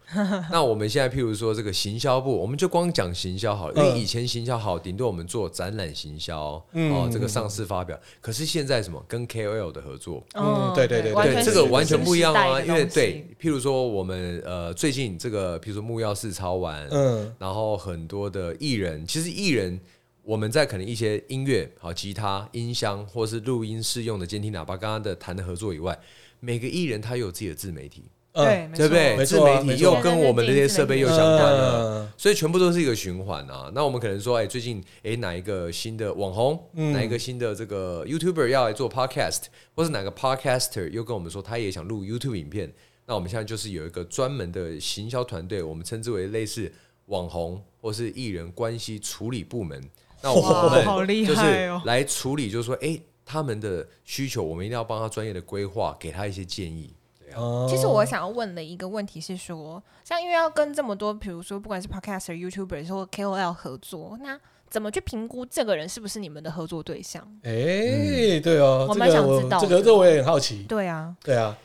C: 那我们现在譬如说这个行销部，我们就光讲行销好了，因为
A: 嗯
C: 以前行销好，顶多我们做展览行销，
A: 嗯
C: 哦，这个上市发表。可是现在什么跟 KOL 的合作，
A: 嗯对对对
B: 哦完全
C: 对，
B: 是
C: 这
B: 一
C: 个完全
B: 新
C: 不一样
B: 时代
C: 啊，
B: 的
C: 因为
B: 东西
C: 对，譬如说我们呃最近这个，譬如说木曜四超玩，
A: 嗯
C: 然后很多的艺人，其实艺人我们在可能一些音乐、好吉他、音箱，或是录音室用的监听喇叭，刚刚的谈的合作以外，每个艺人他有自己的自媒体，
B: 对，没
C: 对不对？
A: 嗯没
C: 自
A: 错啊
C: 媒
A: 没
C: 体
A: 错
C: 又跟我们这些设备又
B: 有
C: 相关了。
A: 嗯
C: 所以全部都是一个循环啊。那我们可能说，哎、最近哎、哪一个新的网红，
A: 嗯
C: 哪一个新的这个 YouTuber 要来做 Podcast，或是哪个 Podcaster 又跟我们说他也想录 YouTube 影片，那我们现在就是有一个专门的行销团队，我们称之为类似网红或是艺人关系处理部门。那我
B: 哇好
C: 们
B: 厉
C: 就是
B: 害哦
C: 来处理，就是说，哎、他们的需求，我们一定要帮他专业的规划，给他一些建议。
A: 哦
B: 其实我想要问的一个问题是说，像因为要跟这么多，比如说不管是 podcaster、YouTuber 或 KOL 合作，那怎么去评估这个人是不是你们的合作对象？
A: 哎、对哦，
B: 嗯我
A: 这
B: 蛮
A: 个
B: 想
A: 我
B: 知道
A: 这个
B: 的
A: 这我也很好奇，
B: 对啊，
A: 对啊，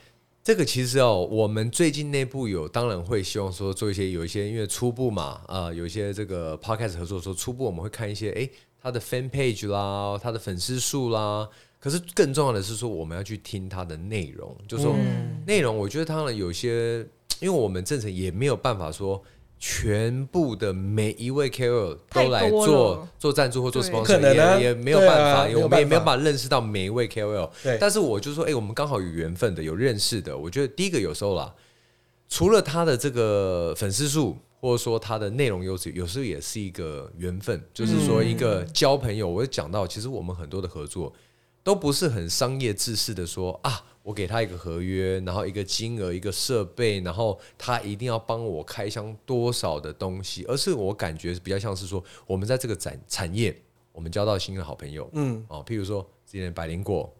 C: 这个其实哦，我们最近内部有，当然会希望说做一些有一些，因为初步嘛，呃，有一些这个 podcast 合作的时候，初步我们会看一些，诶，他的 fan page 啦，他的粉丝数啦。可是更重要的是说，我们要去听他的内容，就说
B: 嗯
C: 内容，我觉得当然有些，因为我们正成也没有办法说全部的每一位 KOL
B: 太
C: 都来
B: 多
C: 做
B: 了
C: 做赞助或做
B: 对
C: sponsor，
A: 不可能啊
C: 也也没有
A: 对啊
C: 办法，
A: 没有
C: 我们也没有
A: 办法
C: 办法认识到每一位 KOL。
A: 对
C: 但是我就说，哎、我们刚好有缘分的，有认识的。我觉得第一个有时候啦，除了他的这个粉丝数，或者说他的内容优质，有时候也是一个缘分，就是说一个交朋友。我有讲到，其实我们很多的合作都不是很商业制式的说啊。我给他一个合约，然后一个金额，一个设备，然后他一定要帮我开箱多少的东西，而是我感觉比较像是说，我们在这个产产业，我们交到新的好朋友，
A: 嗯，
C: 哦，譬如说之前的百灵果、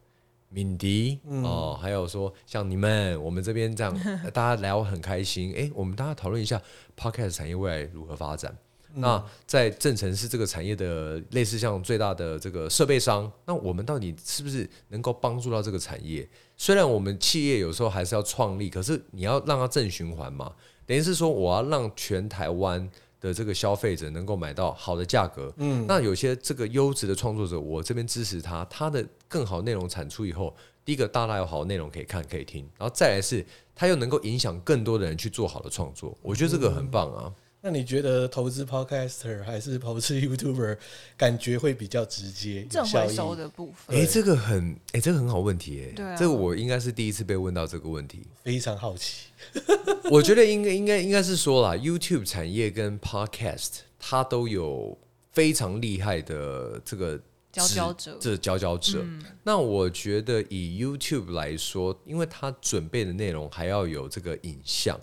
C: 敏迪、哦，还有说像你们，我们这边这样，呃大家聊很开心。诶，我们大家讨论一下 podcast 产业未来如何发展。那在正城是这个产业的类似像最大的这个设备商，那我们到底是不是能够帮助到这个产业？虽然我们企业有时候还是要创立，可是你要让它正循环嘛，等于是说我要让全台湾的这个消费者能够买到好的价格。嗯，那有些这个优质的创作者，我这边支持他，他的更好内容产出以后，第一个大大有好内容可以看可以听，然后再来是他又能够影响更多的人去做好的创作，我觉得这个很棒啊。
A: 那你觉得投资 podcaster 还是投资 YouTuber 感觉会比较直接有
B: 正
A: 效
B: 回
A: 益？
B: 收的部分
C: 哎、这个很哎、这个很好问题哎、
B: 对啊
C: 这个我应该是第一次被问到这个问题。
A: 非常好奇，
C: 我觉得应该应该应该是说啦，YouTube 产业跟 Podcast 它都有非常厉害的这个
B: 佼佼者
C: 这佼佼者。那我觉得以 YouTube 来说，因为它准备的内容还要有这个影像。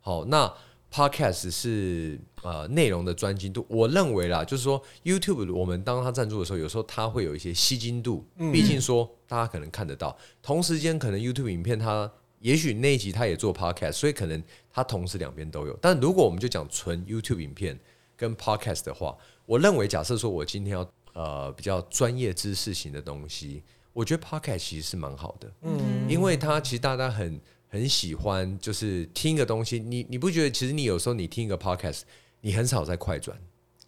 C: 好，那 Podcast 是呃内容的专精度，我认为啦，就是说 YouTube 我们当它赞助的时候，有时候它会有一些吸睛度，毕竟说大家可能看得到，同时间可能 YouTube 影片它。也许那一集它也做 podcast，所以可能它同时两边都有。但如果我们就讲纯 YouTube 影片跟 podcast 的话，我认为假设说我今天要呃比较专业知识型的东西，我觉得 podcast 其实是蛮好的。
B: 嗯
C: 因为它其实大家很很喜欢，就是听一个东西，你你不觉得其实你有时候你听一个 podcast，你很少在快转，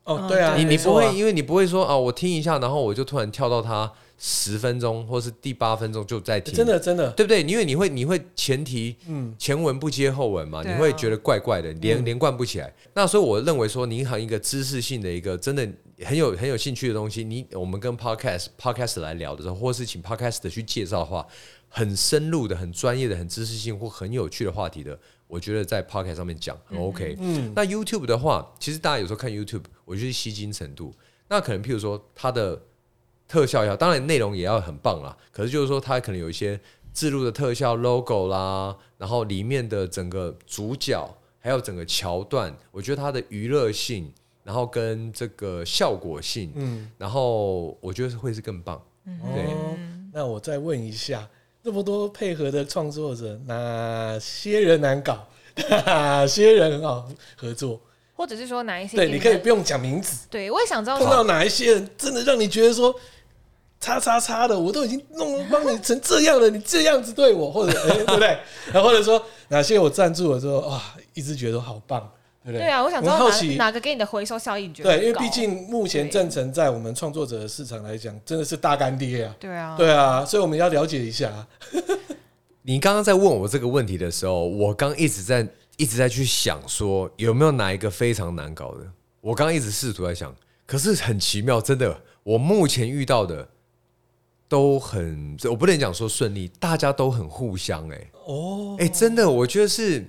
A: 哦，
B: 嗯
A: 对啊，
C: 你
A: 没
C: 你不
A: 错啊
C: 会，因为你不会说啊，我听一下，然后我就突然跳到它十分钟或是第八分钟就在听，
A: 真的真的，
C: 对不对？因为你会你会前提
A: 嗯，
C: 前文不接后文嘛，你
B: 对啊
C: 会觉得怪怪的，连
A: 嗯
C: 连贯不起来。那所以我认为说，你很一个知识性的一个真的很有很有兴趣的东西，你我们跟 podcast podcast 来聊的时候，或是请 podcast 去介绍的话，很深入的、很专业的、很知识性或很有趣的话题的，我觉得在 podcast 上面讲很 OK。
A: 嗯
C: 那 YouTube 的话，其实大家有时候看 YouTube，我觉得吸睛程度，那可能譬如说它的特效也好，当然内容也要很棒啦。可是就是说，它可能有一些置入的特效 logo 啦，然后里面的整个主角还有整个桥段，我觉得它的娱乐性，然后跟这个效果性，
A: 嗯，
C: 然后我觉得会是更棒。
B: 嗯
C: 对
A: 哦，那我再问一下，这么多配合的创作者，哪些人难搞？ 哪些人很好合作？
B: 或者是说哪一些
A: 对，
B: 给
A: 你
B: 你
A: 可以
B: 们
A: 不用讲名字，
B: 对，我也想知道
A: 碰
B: 说
A: 到哪一些人真的让你觉得说。叉叉叉的，我都已经弄帮你成这样了，你这样子对我，或 者、哎对不对？然后或者说哪些我赞助了之后，哇，一直觉得好棒，对不对？
B: 对啊，我想知道
A: 好奇
B: 哪哪个给你的回收效益你觉得
A: 对，因为
B: 高
A: 毕竟目前正成在我们创作者的市场来讲，真的是大干爹啊。
B: 对啊，
A: 对啊，所以我们要了解一下。
C: 你刚刚在问我这个问题的时候，我刚一直在一直在去想说有没有哪一个非常难搞的。我刚刚一直试图在想，可是很奇妙，真的，我目前遇到的都很，我不能讲说顺利，大家都很互相哎、
A: 哦，
C: 哎、真的，我觉得是，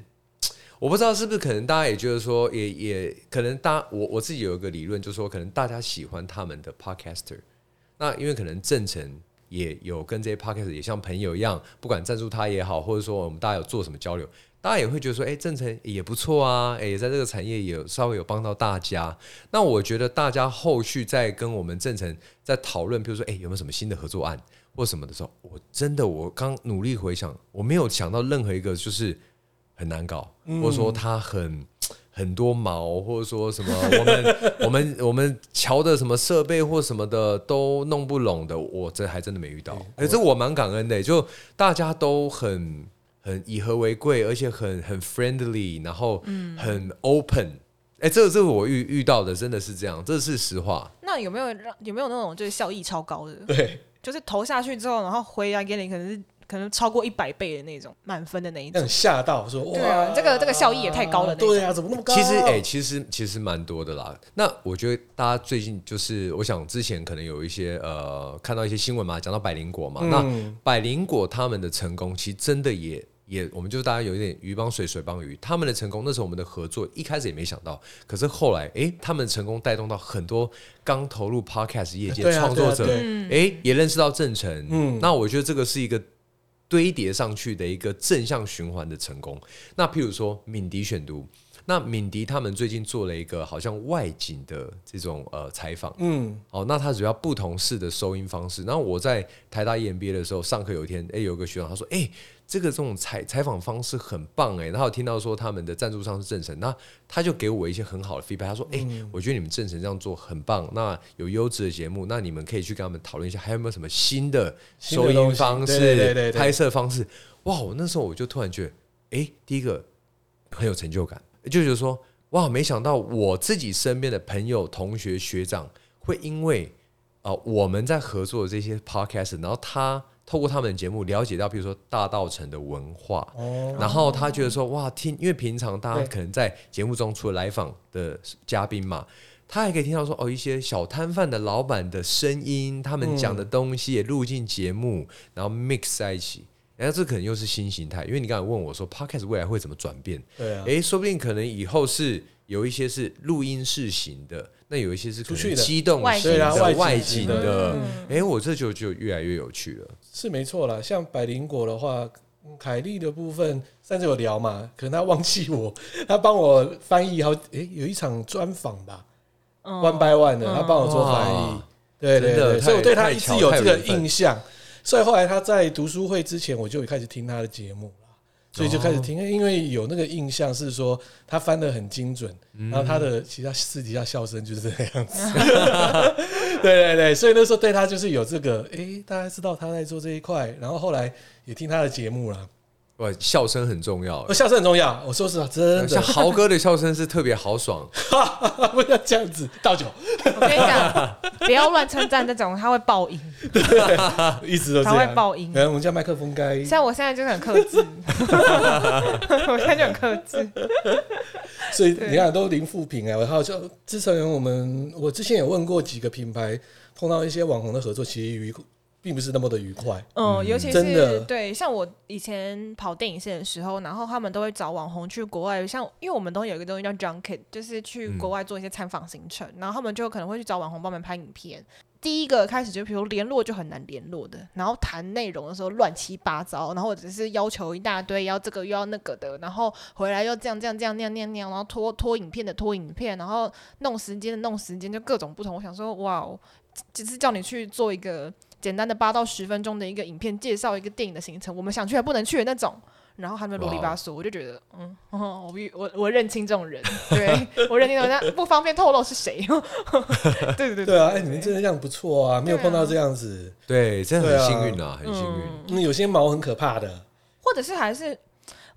C: 我不知道是不是可能大家也觉得说，也也可能大我我自己有一个理论，就是说可能大家喜欢他们的 podcaster，那因为可能正成也有跟这些 podcaster 也像朋友一样，不管赞助他也好，或者说我们大家有做什么交流，大家也会觉得说，哎、正成也不错啊，哎、也在这个产业也有稍微有帮到大家。那我觉得大家后续在跟我们正成在讨论，比如说，哎、有没有什么新的合作案或什么的时候，我真的我刚努力回想，我没有想到任何一个就是很难搞，或者说他很。很多毛，或者说什么，我们 我们我们桥的什么设备或什么的都弄不拢的，我这还真的没遇到。哎、这我蛮感恩的、就大家都很很以和为贵，而且很很 friendly，然后很 open。哎、这这我遇遇到的真的是这样，这是实话。
B: 那有没有让有没有那种就是效益超高的，
A: 对，
B: 就是投下去之后，然后回来给你可能是可能超过一百倍的那种满分的那一
A: 让
B: 种
A: 你？吓到说哇，
B: 对啊这个这个效益也太高了那种
A: 对啊，怎么那么高？
C: 其实，哎、其实其实蛮多的啦。那我觉得大家最近就是，我想之前可能有一些呃，看到一些新闻嘛，讲到百灵果嘛，
A: 嗯
C: 那百灵果他们的成功，其实真的也也，我们就大家有一点鱼帮水，水帮鱼。他们的成功，那时候我们的合作一开始也没想到，可是后来，哎、他们的成功带动到很多刚投入 podcast 业界
A: 对啊
C: 创作者，
A: 对
C: 哎、
A: 啊对
C: 也认识到正成。
A: 嗯
C: 嗯，那我觉得这个是一个堆叠上去的一个正向循环的成功。那譬如说敏迪选读，那敏迪他们最近做了一个好像外景的这种呃采访，
A: 嗯，
C: 哦，那他主要不同式的收音方式。然后我在台大 E EMBA 的时候上课，有一天，哎，有个学长他说，哎，这个这种采采访方式很棒哎，然后听到说他们的赞助商是正成，那他就给我一些很好的 feedback，他说，哎，
A: 嗯
C: 我觉得你们正成这样做很棒，那有优质的节目，那你们可以去跟他们讨论一下，还有没有什么新的
A: 新的
C: 收
A: 东
C: 音
A: 西
C: 方式、
A: 对对对对
C: 拍摄方式。哇，我那时候我就突然觉得，哎，第一个很有成就感，就觉得说，哇，没想到我自己身边的朋友、同学、学长会因为啊、呃我们在合作的这些 podcast，然后他透过他们的节目了解到，比如说大道城的文化，
A: 哦，
C: 然后他觉得说，哇，听，因为平常大家
A: 对
C: 可能在节目中除了来访的呃嘉宾嘛，他还可以听到说，哦，一些小摊贩的老板的声音，他们讲的东西也录进节目，然后 mix 在一起。然后这可能又是新形态，因为你刚才问我说，podcast 未来会怎么转变？
A: 对啊，
C: 诶，说不定可能以后是有一些是录音室型的，那有一些是
A: 出
C: 可
A: 去
C: 能
A: 的嗯
C: 机动
B: 外
C: 型
A: 对啊
C: 的、
A: 外
C: 外
A: 景
C: 景
A: 的
C: 的。
B: 嗯
C: 诶，我这就就越来越有趣了。
A: 是没错啦。像百灵果的话，嗯凯莉的部分上次有聊嘛，可能他忘记我， 他帮我翻译好，诶，有一场专访吧
B: 嗯
A: ，One by One 的，
B: 嗯
A: 他帮我做翻译
C: 哇，
A: 对对
C: 真的
A: 对，
C: 太
A: 所以我对他
C: 太
A: 一直
C: 巧
A: 有
C: 太
A: 这
C: 有
A: 个
C: 缘分
A: 印象，所以后来他在读书会之前，我就开始听他的节目啦。所以就
C: 哦
A: 开始听，因为有那个印象是说他翻的很精准，然后他
C: 嗯
A: 的其他私底下笑声就是这样子。 对对对，所以那时候对他就是有这个，诶，大家知道他在做这一块，然后后来也听他的节目啦。
C: 哇，笑声很重要
A: 我。笑声很重要，我说实话，哦真的
C: 像豪哥的笑声是特别豪爽，
A: 不要这样子倒酒，
B: 我跟你讲，不要乱称赞这种，他会爆音。
A: 一直都这
B: 他
A: 样。
B: 会爆音
A: 可能我们家麦克风该
B: 像我现在就是很克制， 我现在就很克制。
A: 所以你看都零负评哎，然后就之前我们我之前也问过几个品牌，碰到一些网红的合作，其实愉并不是那么的愉快。
B: 嗯，尤其
A: 真的
B: 是对，像我以前跑电影线的时候，然后他们都会找网红去国外，像因为我们都有一个
A: 嗯
B: 东西叫 junket，就是去国外做一些参访行程，然后他们就可能会去找网红帮我们拍影片。第一个开始就比如联络就很难联络的，然后谈内容的时候乱七八糟，然后只是要求一大堆，要这个又要那个的，然后回来又这样这样这样那样那样那样，然后拖拖影片的拖影片，然后弄时间的弄时间，就各种不同。我想说，哇哦，只是叫你去做一个简单的八到十分钟的一个影片，介绍一个电影的行程，我们想去还不能去的那种。然后他们啰里吧嗦，我就觉得，嗯， 我必我我认清这种人，对 我认清这种人，但不方便透露是谁。 对对对
A: 对啊，哎、你们真的这样不错啊，没有
B: 对啊
A: 碰到这样子。
C: 对，真的
A: 对啊
C: 很幸运啊，很幸运。
A: 嗯，有些毛很可怕的，
B: 或者是还是，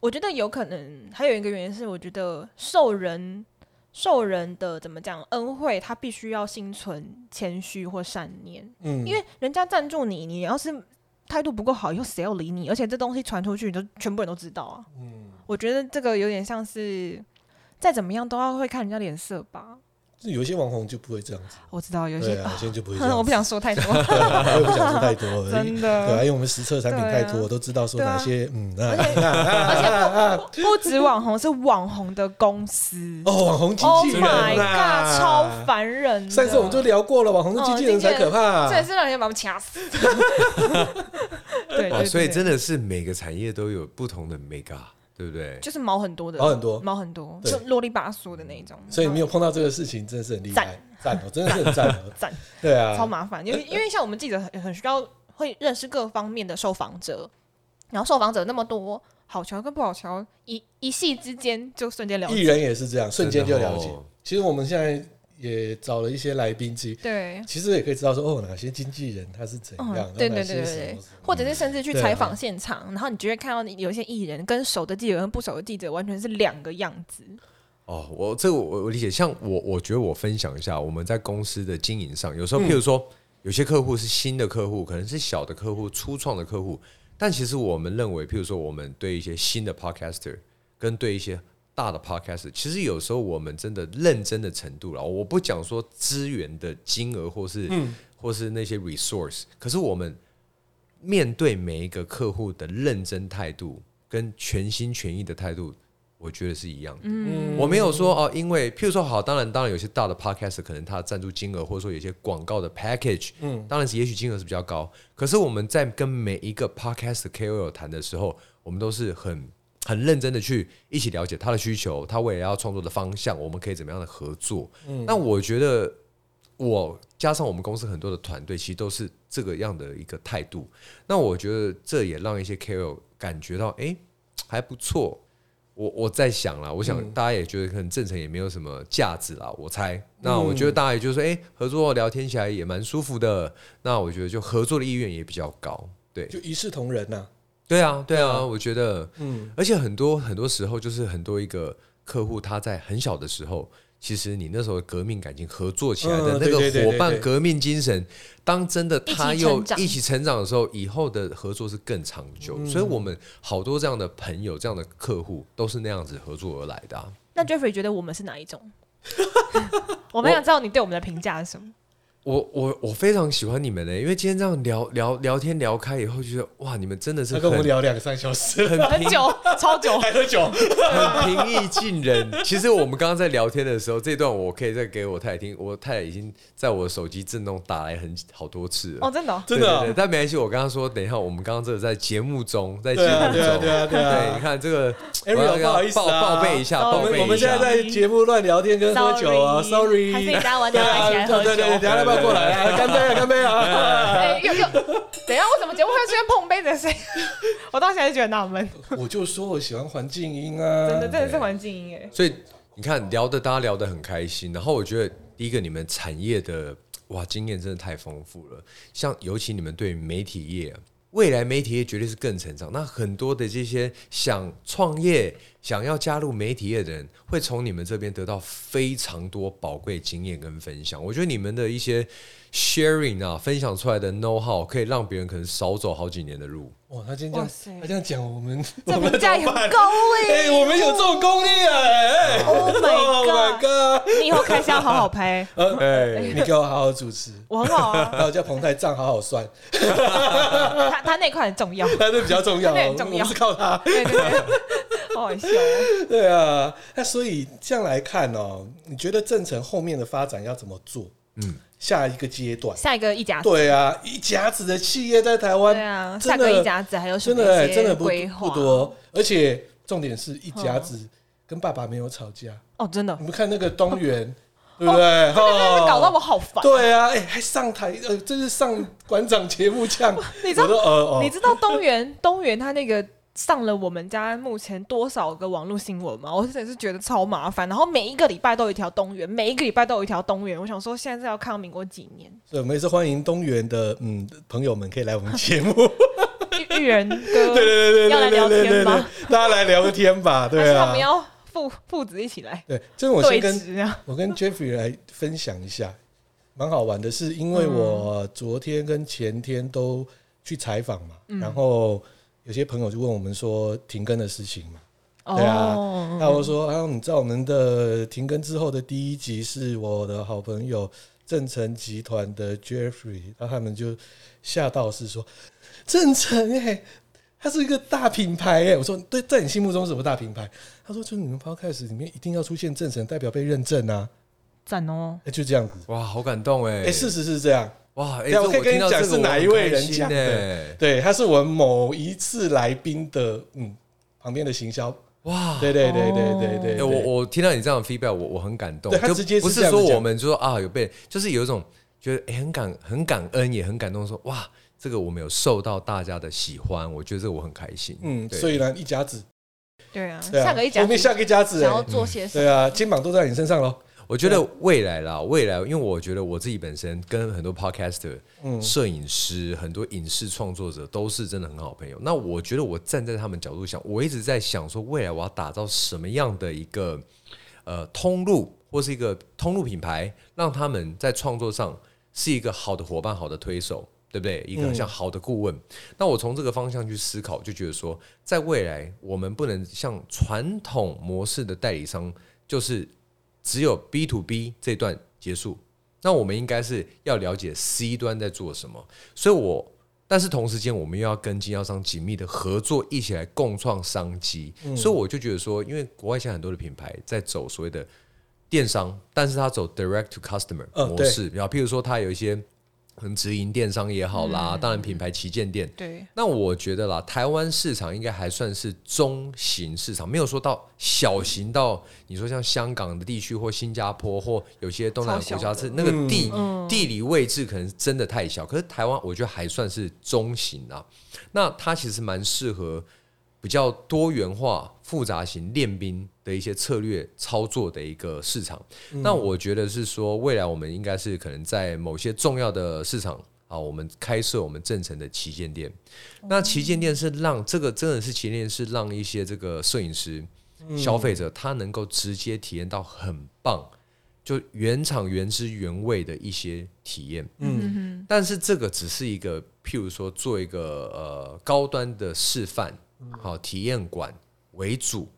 B: 我觉得有可能还有一个原因是，我觉得受人受人的怎么讲恩惠，他必须要心存谦虚或善念，
A: 嗯，
B: 因为人家赞助你，你要是态度不够好，以后谁要理你？而且这东西传出去，你都全部人都知道啊。
A: 嗯，
B: 我觉得这个有点像是。再怎么样都要会看人家脸色吧，
A: 有些网红就不会这样子，
B: 我知道有
A: 对
B: 些、
A: 啊，有些人就不会这
B: 我
A: 样
B: 不
A: 子，
B: 想说太多，
A: 我也不想说太多而已，
B: 真
A: 对啊，因
B: 的。
A: 为我们实测产品太
B: 对
A: 多，
B: 啊
A: 我都知道说
B: 对啊
A: 哪些，嗯，啊那
B: 而且而且不不止网红，是网红的公司。
A: 哦，网红经
B: Oh
A: 纪人
B: my
A: 啊
B: god，超烦人的！
A: 上次我们就聊过了，网红经纪
B: 哦
A: 人才可怕。
B: 这也是让人家把我们 掐死。对，
A: 哦
C: 哇，
B: 对
C: 所以真
B: 的
C: 的是每个产业都有不同的 mega，对不对？
B: 就是毛很多的，
A: 毛哦很多
B: 毛很多，
A: 对
B: 就啰里吧嗦的那一种。
A: 所以你没有碰到这个事情，真的是很厉害
B: 赞，
A: 赞哦，真的是很赞哦，
B: 赞，
A: 对啊，
B: 超麻烦，因为因为像我们记者很很需要会认识各方面的受访者，然后受访者那么多，好瞧跟不好瞧，一一夕之间就瞬间了
A: 艺
B: 解。
A: 人也是这样，瞬间就了解
C: 真的哦。
A: 其实我们现在也找了一些来宾机，
B: 对，
A: 其实也可以知道说哦，哪些经纪人他是怎样，
B: 嗯
A: 然后，
B: 对
A: 哪
B: 对对
A: 些
B: 对
A: 什
B: 对
A: 么什，么。
B: 或者是甚至去
A: 对啊
B: 采访现场，然后你就会看到有一些艺人跟熟的记者跟不熟的记者完全是两个样子。
C: 哦，我这个我我理解，像我我觉得我分享一下我们在公司的经营上，有时候譬如说、有些客户是新的客户，可能是小的客户、初创的客户，但其实我们认为，譬如说我们对一些新的 podcaster 跟对一些大的 podcaster，其实有时候我们真的认真的程度了，我不讲说资源的金额或是、或是那些 resource，可是我们面对每一个客户的认真态度跟全心全意的态度，我觉得是一样的。
A: 嗯
B: 嗯
C: 我没有说哦，因为譬如说好，当然当然有些大的 podcast 可能它的赞助金额或者说有些广告的 package，嗯，当然是也许金额是比较高，可是我们在跟每一个 podcast KOL 谈的时候，我们都是很。很认真的去一起了解他的需求，他未来要创作的方向，我们可以怎么样的合作？那我觉得我加上我们公司很多的团队，其实都是这个样的一个态度。那我觉得这也让一些 KOL 感觉到，哎、还不错。我我在想啦，我想大家也觉得可能正成也没有什么价值啦，我猜。那我觉得大家也就是说，哎、合作聊天起来也蛮舒服的。那我觉得就合作的意愿也比较高。对，
A: 就一视同仁呐，
C: 对啊，对啊，我觉得，嗯，而且很多很多时候就是很多一个客户他在很小的时候，其实你那时候的革命感情合作起来的
A: 嗯
C: 那个
A: 对对对
C: 伙
A: 对
C: 伴
A: 对
C: 革命精神，当真的他又
B: 一起成长
C: 一起成长的时候，以后的合作是更长久。所以我们好多这样的朋友、这样的客户都是那样子合作而来的啊、
A: 嗯
B: 那 Jeffrey 觉得我们是哪一种？ 我们想知道你对我们的评价是什么？
C: 我我我非常喜欢你们呢、欸因为今天这样聊聊聊天聊开以后，就觉得哇，你们真的是
A: 他
C: 很
A: 跟我们聊两个三小时，
B: 很久，超久。
A: 还喝酒，
C: 很平易近人。 其实我们刚刚在聊天的时候，这段我可以再给我太太听，我太太已经在我手机震动打来很好多次了。
B: 哦，真的哦、
A: 真的
C: 对对对
A: 哦，
C: 但没关系，我刚刚说，等一下，我们刚刚这个在节目中，在节
A: 对啊，
C: 目
A: 对啊，对
C: 中。
A: 啊，对
C: 对，
A: 啊
C: 你。看这个，
A: Ariel，
C: 我要
A: 不好意思啊
C: 报报备一下，
B: Sorry
C: 报
A: 我们
C: 备
A: 我们
C: 一
A: 现在
C: 下。
A: 在节目乱聊天跟喝酒啊
B: Sorry 还是
A: ，sorry。
B: 你等下晚
A: 对
B: 点来
A: 啊，
B: 起来喝
A: 对对对，等一
B: 酒？
A: 下要不要过来啊？干杯啊，干杯 啊！
B: 哎，又又，等一下，为什么节目会出现碰杯的声音？ 我到现在就觉得纳闷，
A: 我就说我喜欢环境音
B: 真的
A: 啊，
B: 真的是环境音哎。
C: 所以你看，聊的大家聊得很开心。然后我觉得，第一个你们产业的哇经验真的太丰富了，像尤其你们对媒体业啊，未来媒体业绝对是更成长。那很多的这些想创业、想要加入媒体业的人，会从你们这边得到非常多宝贵经验跟分享。我觉得你们的一些 sharing 啊，分享出来的 know how，可以让别人可能少走好几年的路。
A: 哇，他今天这样
B: 哇塞，
A: 他这样讲我 们，我
B: 这
A: 们
B: 评价也
A: 怎么办
B: 很高
A: 哎、
B: 哎、
A: 我们有 这种功力啊！哎、
C: 哦
B: Oh
A: my
B: my
A: god！
B: 你以后开箱好好拍，
A: 呃，
C: 哎，
A: 你给我好好主持，
B: 我很好 啊。
A: 还有叫彭泰账好好算，
B: 他他那块很重要，
A: 但是比较重要、哦，
B: 那很重要
A: 我们是靠他。
B: 对对对，好好笑哦。
A: 对啊，那所以这样来看哦，你觉得正成后面的发展要怎么做？
C: 嗯，
A: 下一个阶段。
B: 下一个一甲子，
A: 对啊，一甲子的企业在台
B: 对
A: 湾
B: 啊，
A: 真
B: 下
A: 的
B: 个一甲子还有什
A: 真
B: 么
A: 的欸
B: 一
A: 真的
B: 些
A: 不
B: 规划？嗯
A: 不多，而且重点是一甲子跟爸爸没有吵架。
B: 哦，真的
A: 你，们看那个东元，
B: 哦
A: 对不对？哈，
B: 搞到我好烦。
A: 对啊，哎，还上台，呃，这是上馆长节目呛，
B: 你知道
A: 我都呃
B: 你
A: 哦，
B: 知道东元 东元他那个上了我们家目前多少个网络新闻吗？我真的是觉得超麻烦。然后每一个礼拜都有一条东元，每一个礼拜都有一条东元。我想说，现在是要看到民国几 年？
A: 所以我们也是欢迎东元的嗯朋友们可以来我们节 目，
B: 玉玉人
A: 对
B: 哥，
A: 对对
B: 哦要来
A: 对对
B: 聊
A: 对
B: 天
A: 对
B: 吗
A: 对，大家来聊个天 吧，
B: 还
A: 对
B: 是他们
A: 啊，
B: 要父父子一起来
A: 对，这我
B: 对
A: 先跟
B: 峙啊？
A: 我跟 Jeffrey 来分享一下，蛮好玩的是，因为
B: 嗯
A: 我昨天跟前天都去采访嘛，
B: 嗯
A: 然后有些朋友就问我们说停更的事情嘛， 对啊
B: 嗯哦
A: 那我说，啊，你知道我们的停更之后的第一集是我的好朋友正成集团的 Jeffrey，然后他们就吓到是说，正成哎、他是一个大品牌哎、我说对，在你心目中是什么大品牌？他说就是你们 Podcast 里面一定要出现正成，代表被认证啊，
B: 赞哦，
A: 哎、就这样子。
C: 哇，好感动哎！
A: 哎、事实是这样，
C: 哇，哎，
A: 对我
C: 这
A: 可以跟你
C: 听到
A: 讲
C: 这个
A: 是
C: 我
A: 哪
C: 很
A: 一位
C: 开
A: 人
C: 心
A: 讲的
C: 哎
A: 对，他是我们某一次来宾的，嗯，旁边的行销，
C: 哇，
A: 对对对对对对
C: 哎、
A: 对，
C: 我我听到你这样的 feedback，我我很感动。
A: 对他
C: 就
A: 直接是
C: 不
A: 这
C: 是
A: 样子
C: 说
A: 讲
C: 我们就说啊有被，就是有一种觉得、哎很感很感恩，也很感动说哇，这个我们有受到大家的喜欢，我觉得这个我很开心。
A: 嗯，
C: 对
A: 所以呢，一甲子，
B: 对啊，
A: 对啊，
B: 下个一甲
A: 我们
B: 子
A: 下个一甲子、
B: 想要
A: 哎，
B: 做些什
A: 对
B: 么？
A: 啊，肩膀都在你身上喽，
C: 我觉得未来啦，未来，因为我觉得我自己本身跟很多 podcaster、
A: 嗯
C: 摄影师、很多影视创作者都是真的很好朋友。那我觉得我站在他们角度想，我一直在想说，未来我要打造什么样的一个呃通路，或是一个通路品牌，让他们在创作上是一个好的伙伴、好的推手，对不对？一个像好的顾问。那我从这个方向去思考，就觉得说，在未来我们不能像传统模式的代理商，就是只有 B to B 这段结束。那我们应该是要了解 C 端在做什么，所以我，但是同时间我们又要跟经销商紧密的合作，一起来共创商机。
B: 嗯
C: 所以我就觉得说，因为国外现在很多的品牌在走所谓的电商，但是它走 direct to customer
B: 哦
A: 嗯
C: 模式，然后譬如说它有一些可能直营电商也好
B: 嗯
C: 啦，当然品牌旗舰店，
B: 对，
C: 那我觉得啦，台湾市场应该还算是中型市场，没有说到小型到你说像香港的地区或新加坡或有些东南亚国
B: 超小
C: 家
B: 的
C: 是那个地、
B: 嗯
C: 地理位置可能真的太小。可是台湾我觉得还算是中型啊，那它其实蛮适合比较多元化、复杂型练兵的一些策略操作的一个市场。
B: 嗯
C: 那我觉得是说，未来我们应该是可能在某些重要的市场啊，我们开设我们正成的旗舰店。那旗舰店是让这个真的是旗舰店是让一些这个摄影师、
A: 嗯
C: 消费者他能够直接体验到很棒，就原厂原汁原味的一些体验。
A: 嗯，
B: 嗯
C: 但是这个只是一个，譬如说做一个呃高端的示范，好体验馆为主。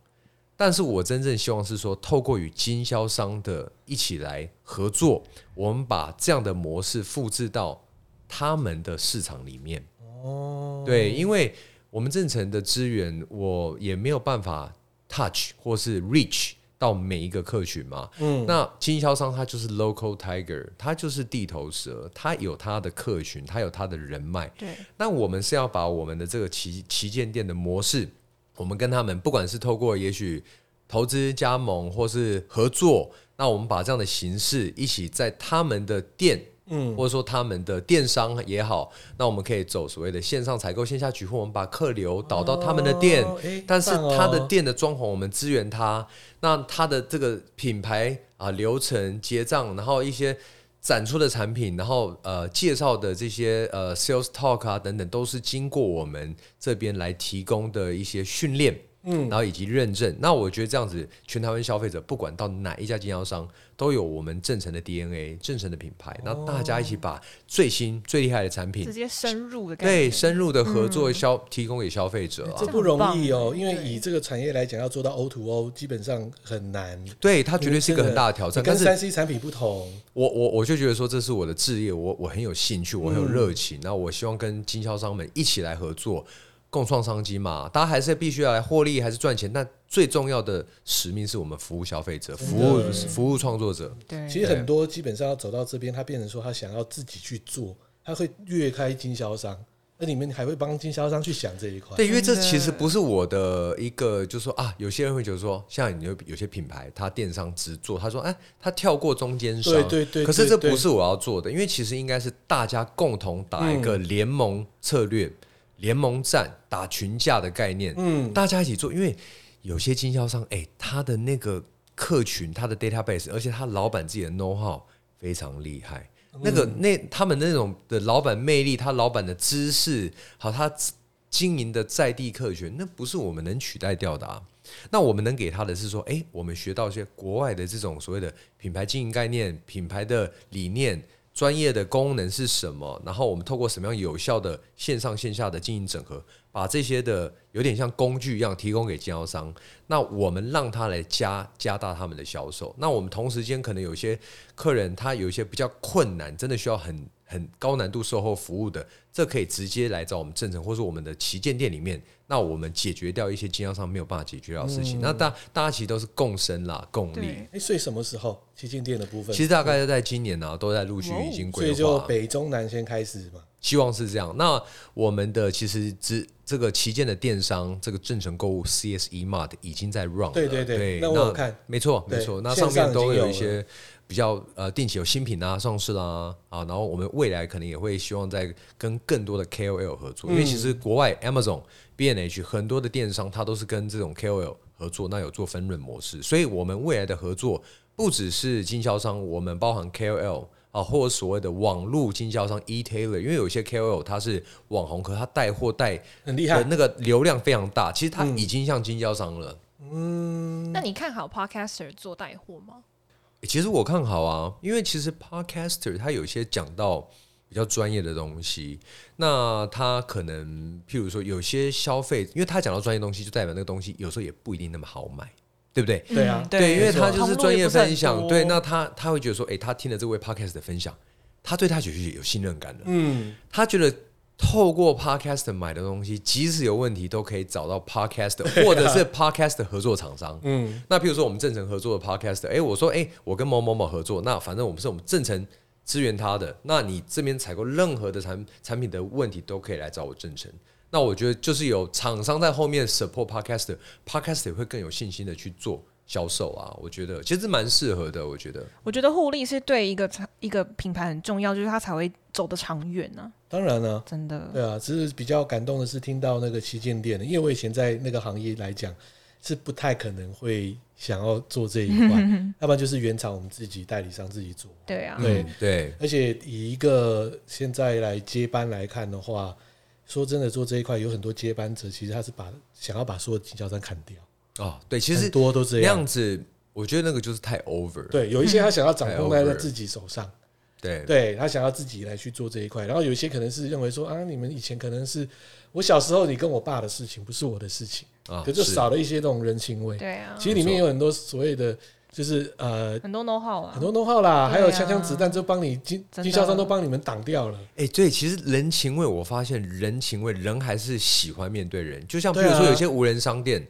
C: 但是我真正希望是说，透过与经销商的一起来合作，我们把这样的模式复制到他们的市场里面。哦，对，因为我们正成的资源，我也没有办法 touch 或是 reach 到每一个客群嘛。嗯，那经销商他就是 local tiger，他就是地头蛇，他有他的客群，他有他的人脉。
B: 对，
C: 那我们是要把我们的这个旗旗舰店的模式，我们跟他们不管是透过也许投资加盟或是合作，那我们把这样的形式一起在他们的店。嗯，或者说他们的电商也好，那我们可以走所谓的线上采购、线下取货，我们把客流导到他们的店，
A: 哦哎
C: 但是
A: 棒哦
C: 他的店的装潢我们支援他，那他的这个品牌啊、流程、结账，然后一些展出的产品，然后呃介绍的这些呃 sales talk 啊等等，都是经过我们这边来提供的一些训练，嗯，然后以及认证。那我觉得这样子，全台湾消费者不管到哪一家经销商，都有我们正成的 DNA、正成的品牌。那大家一起把最新最厉害的产
B: 直
C: 品，
B: 接深入的感觉，
C: 对深入的合作消、提供给消费者啊
A: 这。不容易哦，
B: 这很棒
A: 因为
B: 对
A: 以这个产业来讲，要做到 O to O 基本上很难，
C: 对，它绝对是一个很大的挑
A: 你
C: 战，但
A: 跟
C: 是
A: 三 C 产品不同，
C: 我我我就觉得说这是我的置业，我我很有兴趣，我很有热情，那、我希望跟经销商们一起来合作。共创商机嘛，大家还是必须要来获利，还是赚钱。但最重要的使命是我们服务消费者，服务服务创作者。
B: 对，
A: 其实很多基本上要走到这边，他变成说他想要自己去做，他会越开经销商，那你们还会帮经销商去想这一块。
C: 对，因为这
B: 真的
C: 其实不是我的一个，就是说啊，有些人会觉得说，像有有些品牌，它电商只做，他说，哎，他跳过中间商，
A: 对对对
C: 可是这
A: 对对
C: 不是我要做的，因为其实应该是大家共同打一
A: 嗯
C: 个联盟策略、联盟战、打群架的概念，
A: 嗯，
C: 大家一起做。因为有些经销商，哎、他的那个客群，他的 database，而且他老板自己的 know how 非常厉害。那个那他们那种的老板魅力，他老板的知识，好，他经营的在地客群，那不是我们能取代掉的啊。那我们能给他的是说，哎、我们学到一些国外的这种所谓的品牌经营概念、品牌的理念、专业的功能是什么，然后我们透过什么样有效的线上线下的经营整合，把这些的有点像工具一样提供给经销商。那我们让他来加加大他们的销售。那我们同时间可能有些客人他有一些比较困难，真的需要很很高难度售后服务的，这可以直接来找我们正成或是我们的旗舰店里面。那我们解决掉一些经销商没有办法解决掉的事情。那大大家其实都是共生啦，共利。
B: 对
A: 哎，所以什么时候旗舰店的部分？
C: 其实大概在今年呢、啊，都在陆续已经
A: 哦所
C: 规
A: 以
C: 划。
A: 就北中南先开始嘛。
C: 希望是这样。那我们的其实之这个旗舰的电商，这个正成购物 CSE Mart 已经在 run 了，
A: 对对对
C: 对，
A: 那我有看，
C: 没错
A: 对
C: 没错，那
A: 线
C: 上
A: 上
C: 面
A: 已
C: 都
A: 经有
C: 有一些比较呃定期有新品啊上市啦啊，然后我们未来可能也会希望在跟更多的 KOL 合作，因为其实国外
A: 嗯
C: Amazon、B&H 很多的电商它都是跟这种 KOL 合作，那有做分润模式，所以我们未来的合作不只是经销商，我们包含 KOL。啊，或者所谓的网络经销商 e-tailer，因为有些 KOL 他是网红，可他带货带
A: 很厉害嗯
C: 的那个流量非常大，其实他已经像经销商了。
B: 那你看好 podcaster 做带货吗？
C: 欸其实我看好啊，因为其实 podcaster 他有些讲到比较专业的东西，那他可能譬如说有些消费，因为他讲到专业东西，就代表那个东西有时候也不一定那么好买，对不对？
A: 对啊
B: 嗯
C: 对，因为他
A: 没错
C: 就是专业分
B: 通
C: 享，
B: 路也不是很多
C: 对，那他他会觉得说，诶，他听了这位 podcast 的分享，他对他觉得有信任感了，
A: 嗯，
C: 他觉得。透过 podcast 买的东西，即使有问题，都可以找到 podcast 或者是 podcast 合作厂商。嗯，那譬如说我们正成合作的 podcast，哎、我说哎、诶我跟某某某合作，那反正我们是我们正成支援他的，那你这边采购任何的产产品的问题都可以来找我正成。那我觉得就是有厂商在后面 support podcaster，podcaster 会更有信心的去做销售啊。我觉得其实蛮适合的，我觉得。
B: 我觉得互利是对一个产一个品牌很重要，就是它才会走得长远啊呢、
A: 当然了、
B: 真的。
A: 对啊，只是比较感动的是听到那个旗舰店的，因为我以前在那个行业来讲是不太可能会想要做这一块，要不然就是原厂我们自己代理商自己做。
B: 对啊，
A: 对
C: 嗯对，
A: 而且以一个现在来接班来看的话，说真的，做这一块有很多接班者，其实他是把想要把所有经销商砍掉，
C: 哦，对，其实
A: 很多都这
C: 那
A: 样。
C: 样子，我觉得那个就是太 over
A: 对，有一些他想要掌控在
C: 太 over
A: 在
C: 了
A: 自己手上，
C: 对
A: 对他想要自己来去做这一块，然后有一些可能是认为说啊，你们以前可能是我小时候你跟我爸的事情，不是我的事情，
C: 啊，
A: 可就是少了一些那种人情味。
B: 对啊，
A: 其实里面有很多所谓的，就是呃
B: 很多 know how 啊，
A: 很多 know how 啦，
B: 对啊
A: 还有枪枪子弹就帮你经
B: 啊真的
A: 经销商都帮你们挡掉了。
C: 哎、对，其实人情味，我发现人情味，人还是喜欢面对人。就像比
A: 对
C: 如说，
A: 啊
C: 有些无人商店，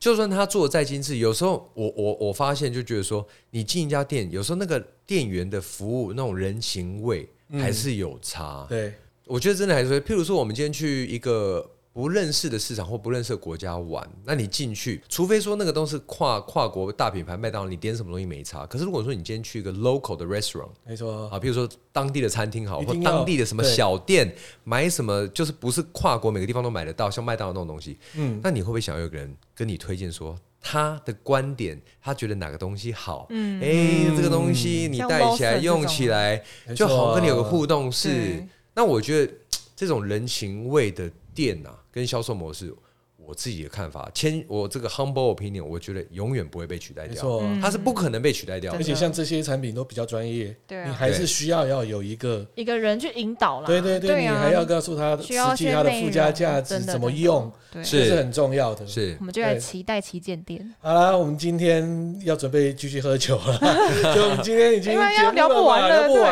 C: 就算他做的再精致，有时候我我我发现就觉得说，你进一家店，有时候那个店员的服务那种人情味
A: 嗯
C: 还是有差。
A: 对，
C: 我觉得真的还是会，譬如说，我们今天去一个不认识的市场或不认识的国家玩，那你进去，除非说那个都是跨跨国大品牌麦当劳，你点什么东西没差。可是如果说你今天去一个 local 的 restaurant，
A: 没错，
C: 啊，比如说当地的餐厅好，
A: 一
C: 或
A: 定要
C: 当地的什么
A: 对
C: 小店，买什么就是不是跨国每个地方都买得到，像麦当劳那种东西，嗯，那你会不会想要有个人跟你推荐说？他的观点，他觉得哪个东西好，嗯，哎、这个东西你
B: 像
C: 带起来
B: Lawson
C: 用
B: 这种
C: 起来
A: 嗯没
C: 就
A: 错
C: 好，跟你有个互动是
B: 对。
C: 那我觉得嘖这种人情味的店啊，跟销售模式，我自己的看法，千我这个 humble opinion，我觉得永远不会被取代
A: 没
C: 掉，
A: 错。
B: 嗯
C: 它是不可能被取代掉
A: 而
C: 的。
A: 且像这些产品都比较专业，
B: 对
A: 你
B: 啊，
A: 还是需要要有一个，
B: 一个人去引导啦，
A: 对对
B: 对，
A: 你
B: 啊、
A: 还要告诉他
B: 需
A: 实
B: 要一
A: 际
B: 些
A: 它的
B: 内
A: 附
B: 容
A: 加价值
B: 等等
A: 怎么
B: 等等
A: 用，
B: 对，
A: 这是
C: 是
A: 很重要的。
C: 是
B: 我们就来
A: 对
B: 期待旗舰店，
A: 好啦，我们今天要准备继续喝酒 了，就我们今天已经
B: 因为要
A: 节目
B: 聊不
A: 了嘛
B: 完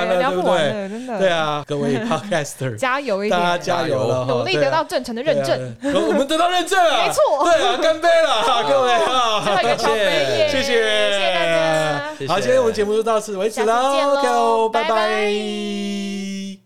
B: 了，
A: 聊不完了，对
B: 对，聊不
A: 不
B: 完
A: 对？
B: 了，真的，
A: 对，啊，各位 podcaster，
B: 加油一
A: 大家加
B: 点，
A: 油了哈，
B: 努力
A: 对啊
B: 得到正诚的认证，
A: 对啊我我们得到认证了，
B: 没错
A: 对啊，干杯 了，各位
B: 最后一个
A: 啊，
B: 宝贝耶，
A: 谢谢，
B: 谢谢大家。
C: 谢谢
A: 好，今天我们节目就到此为止
B: 下次见
A: 喽
B: 喽
A: ，OK，哦拜
B: 拜
A: 拜。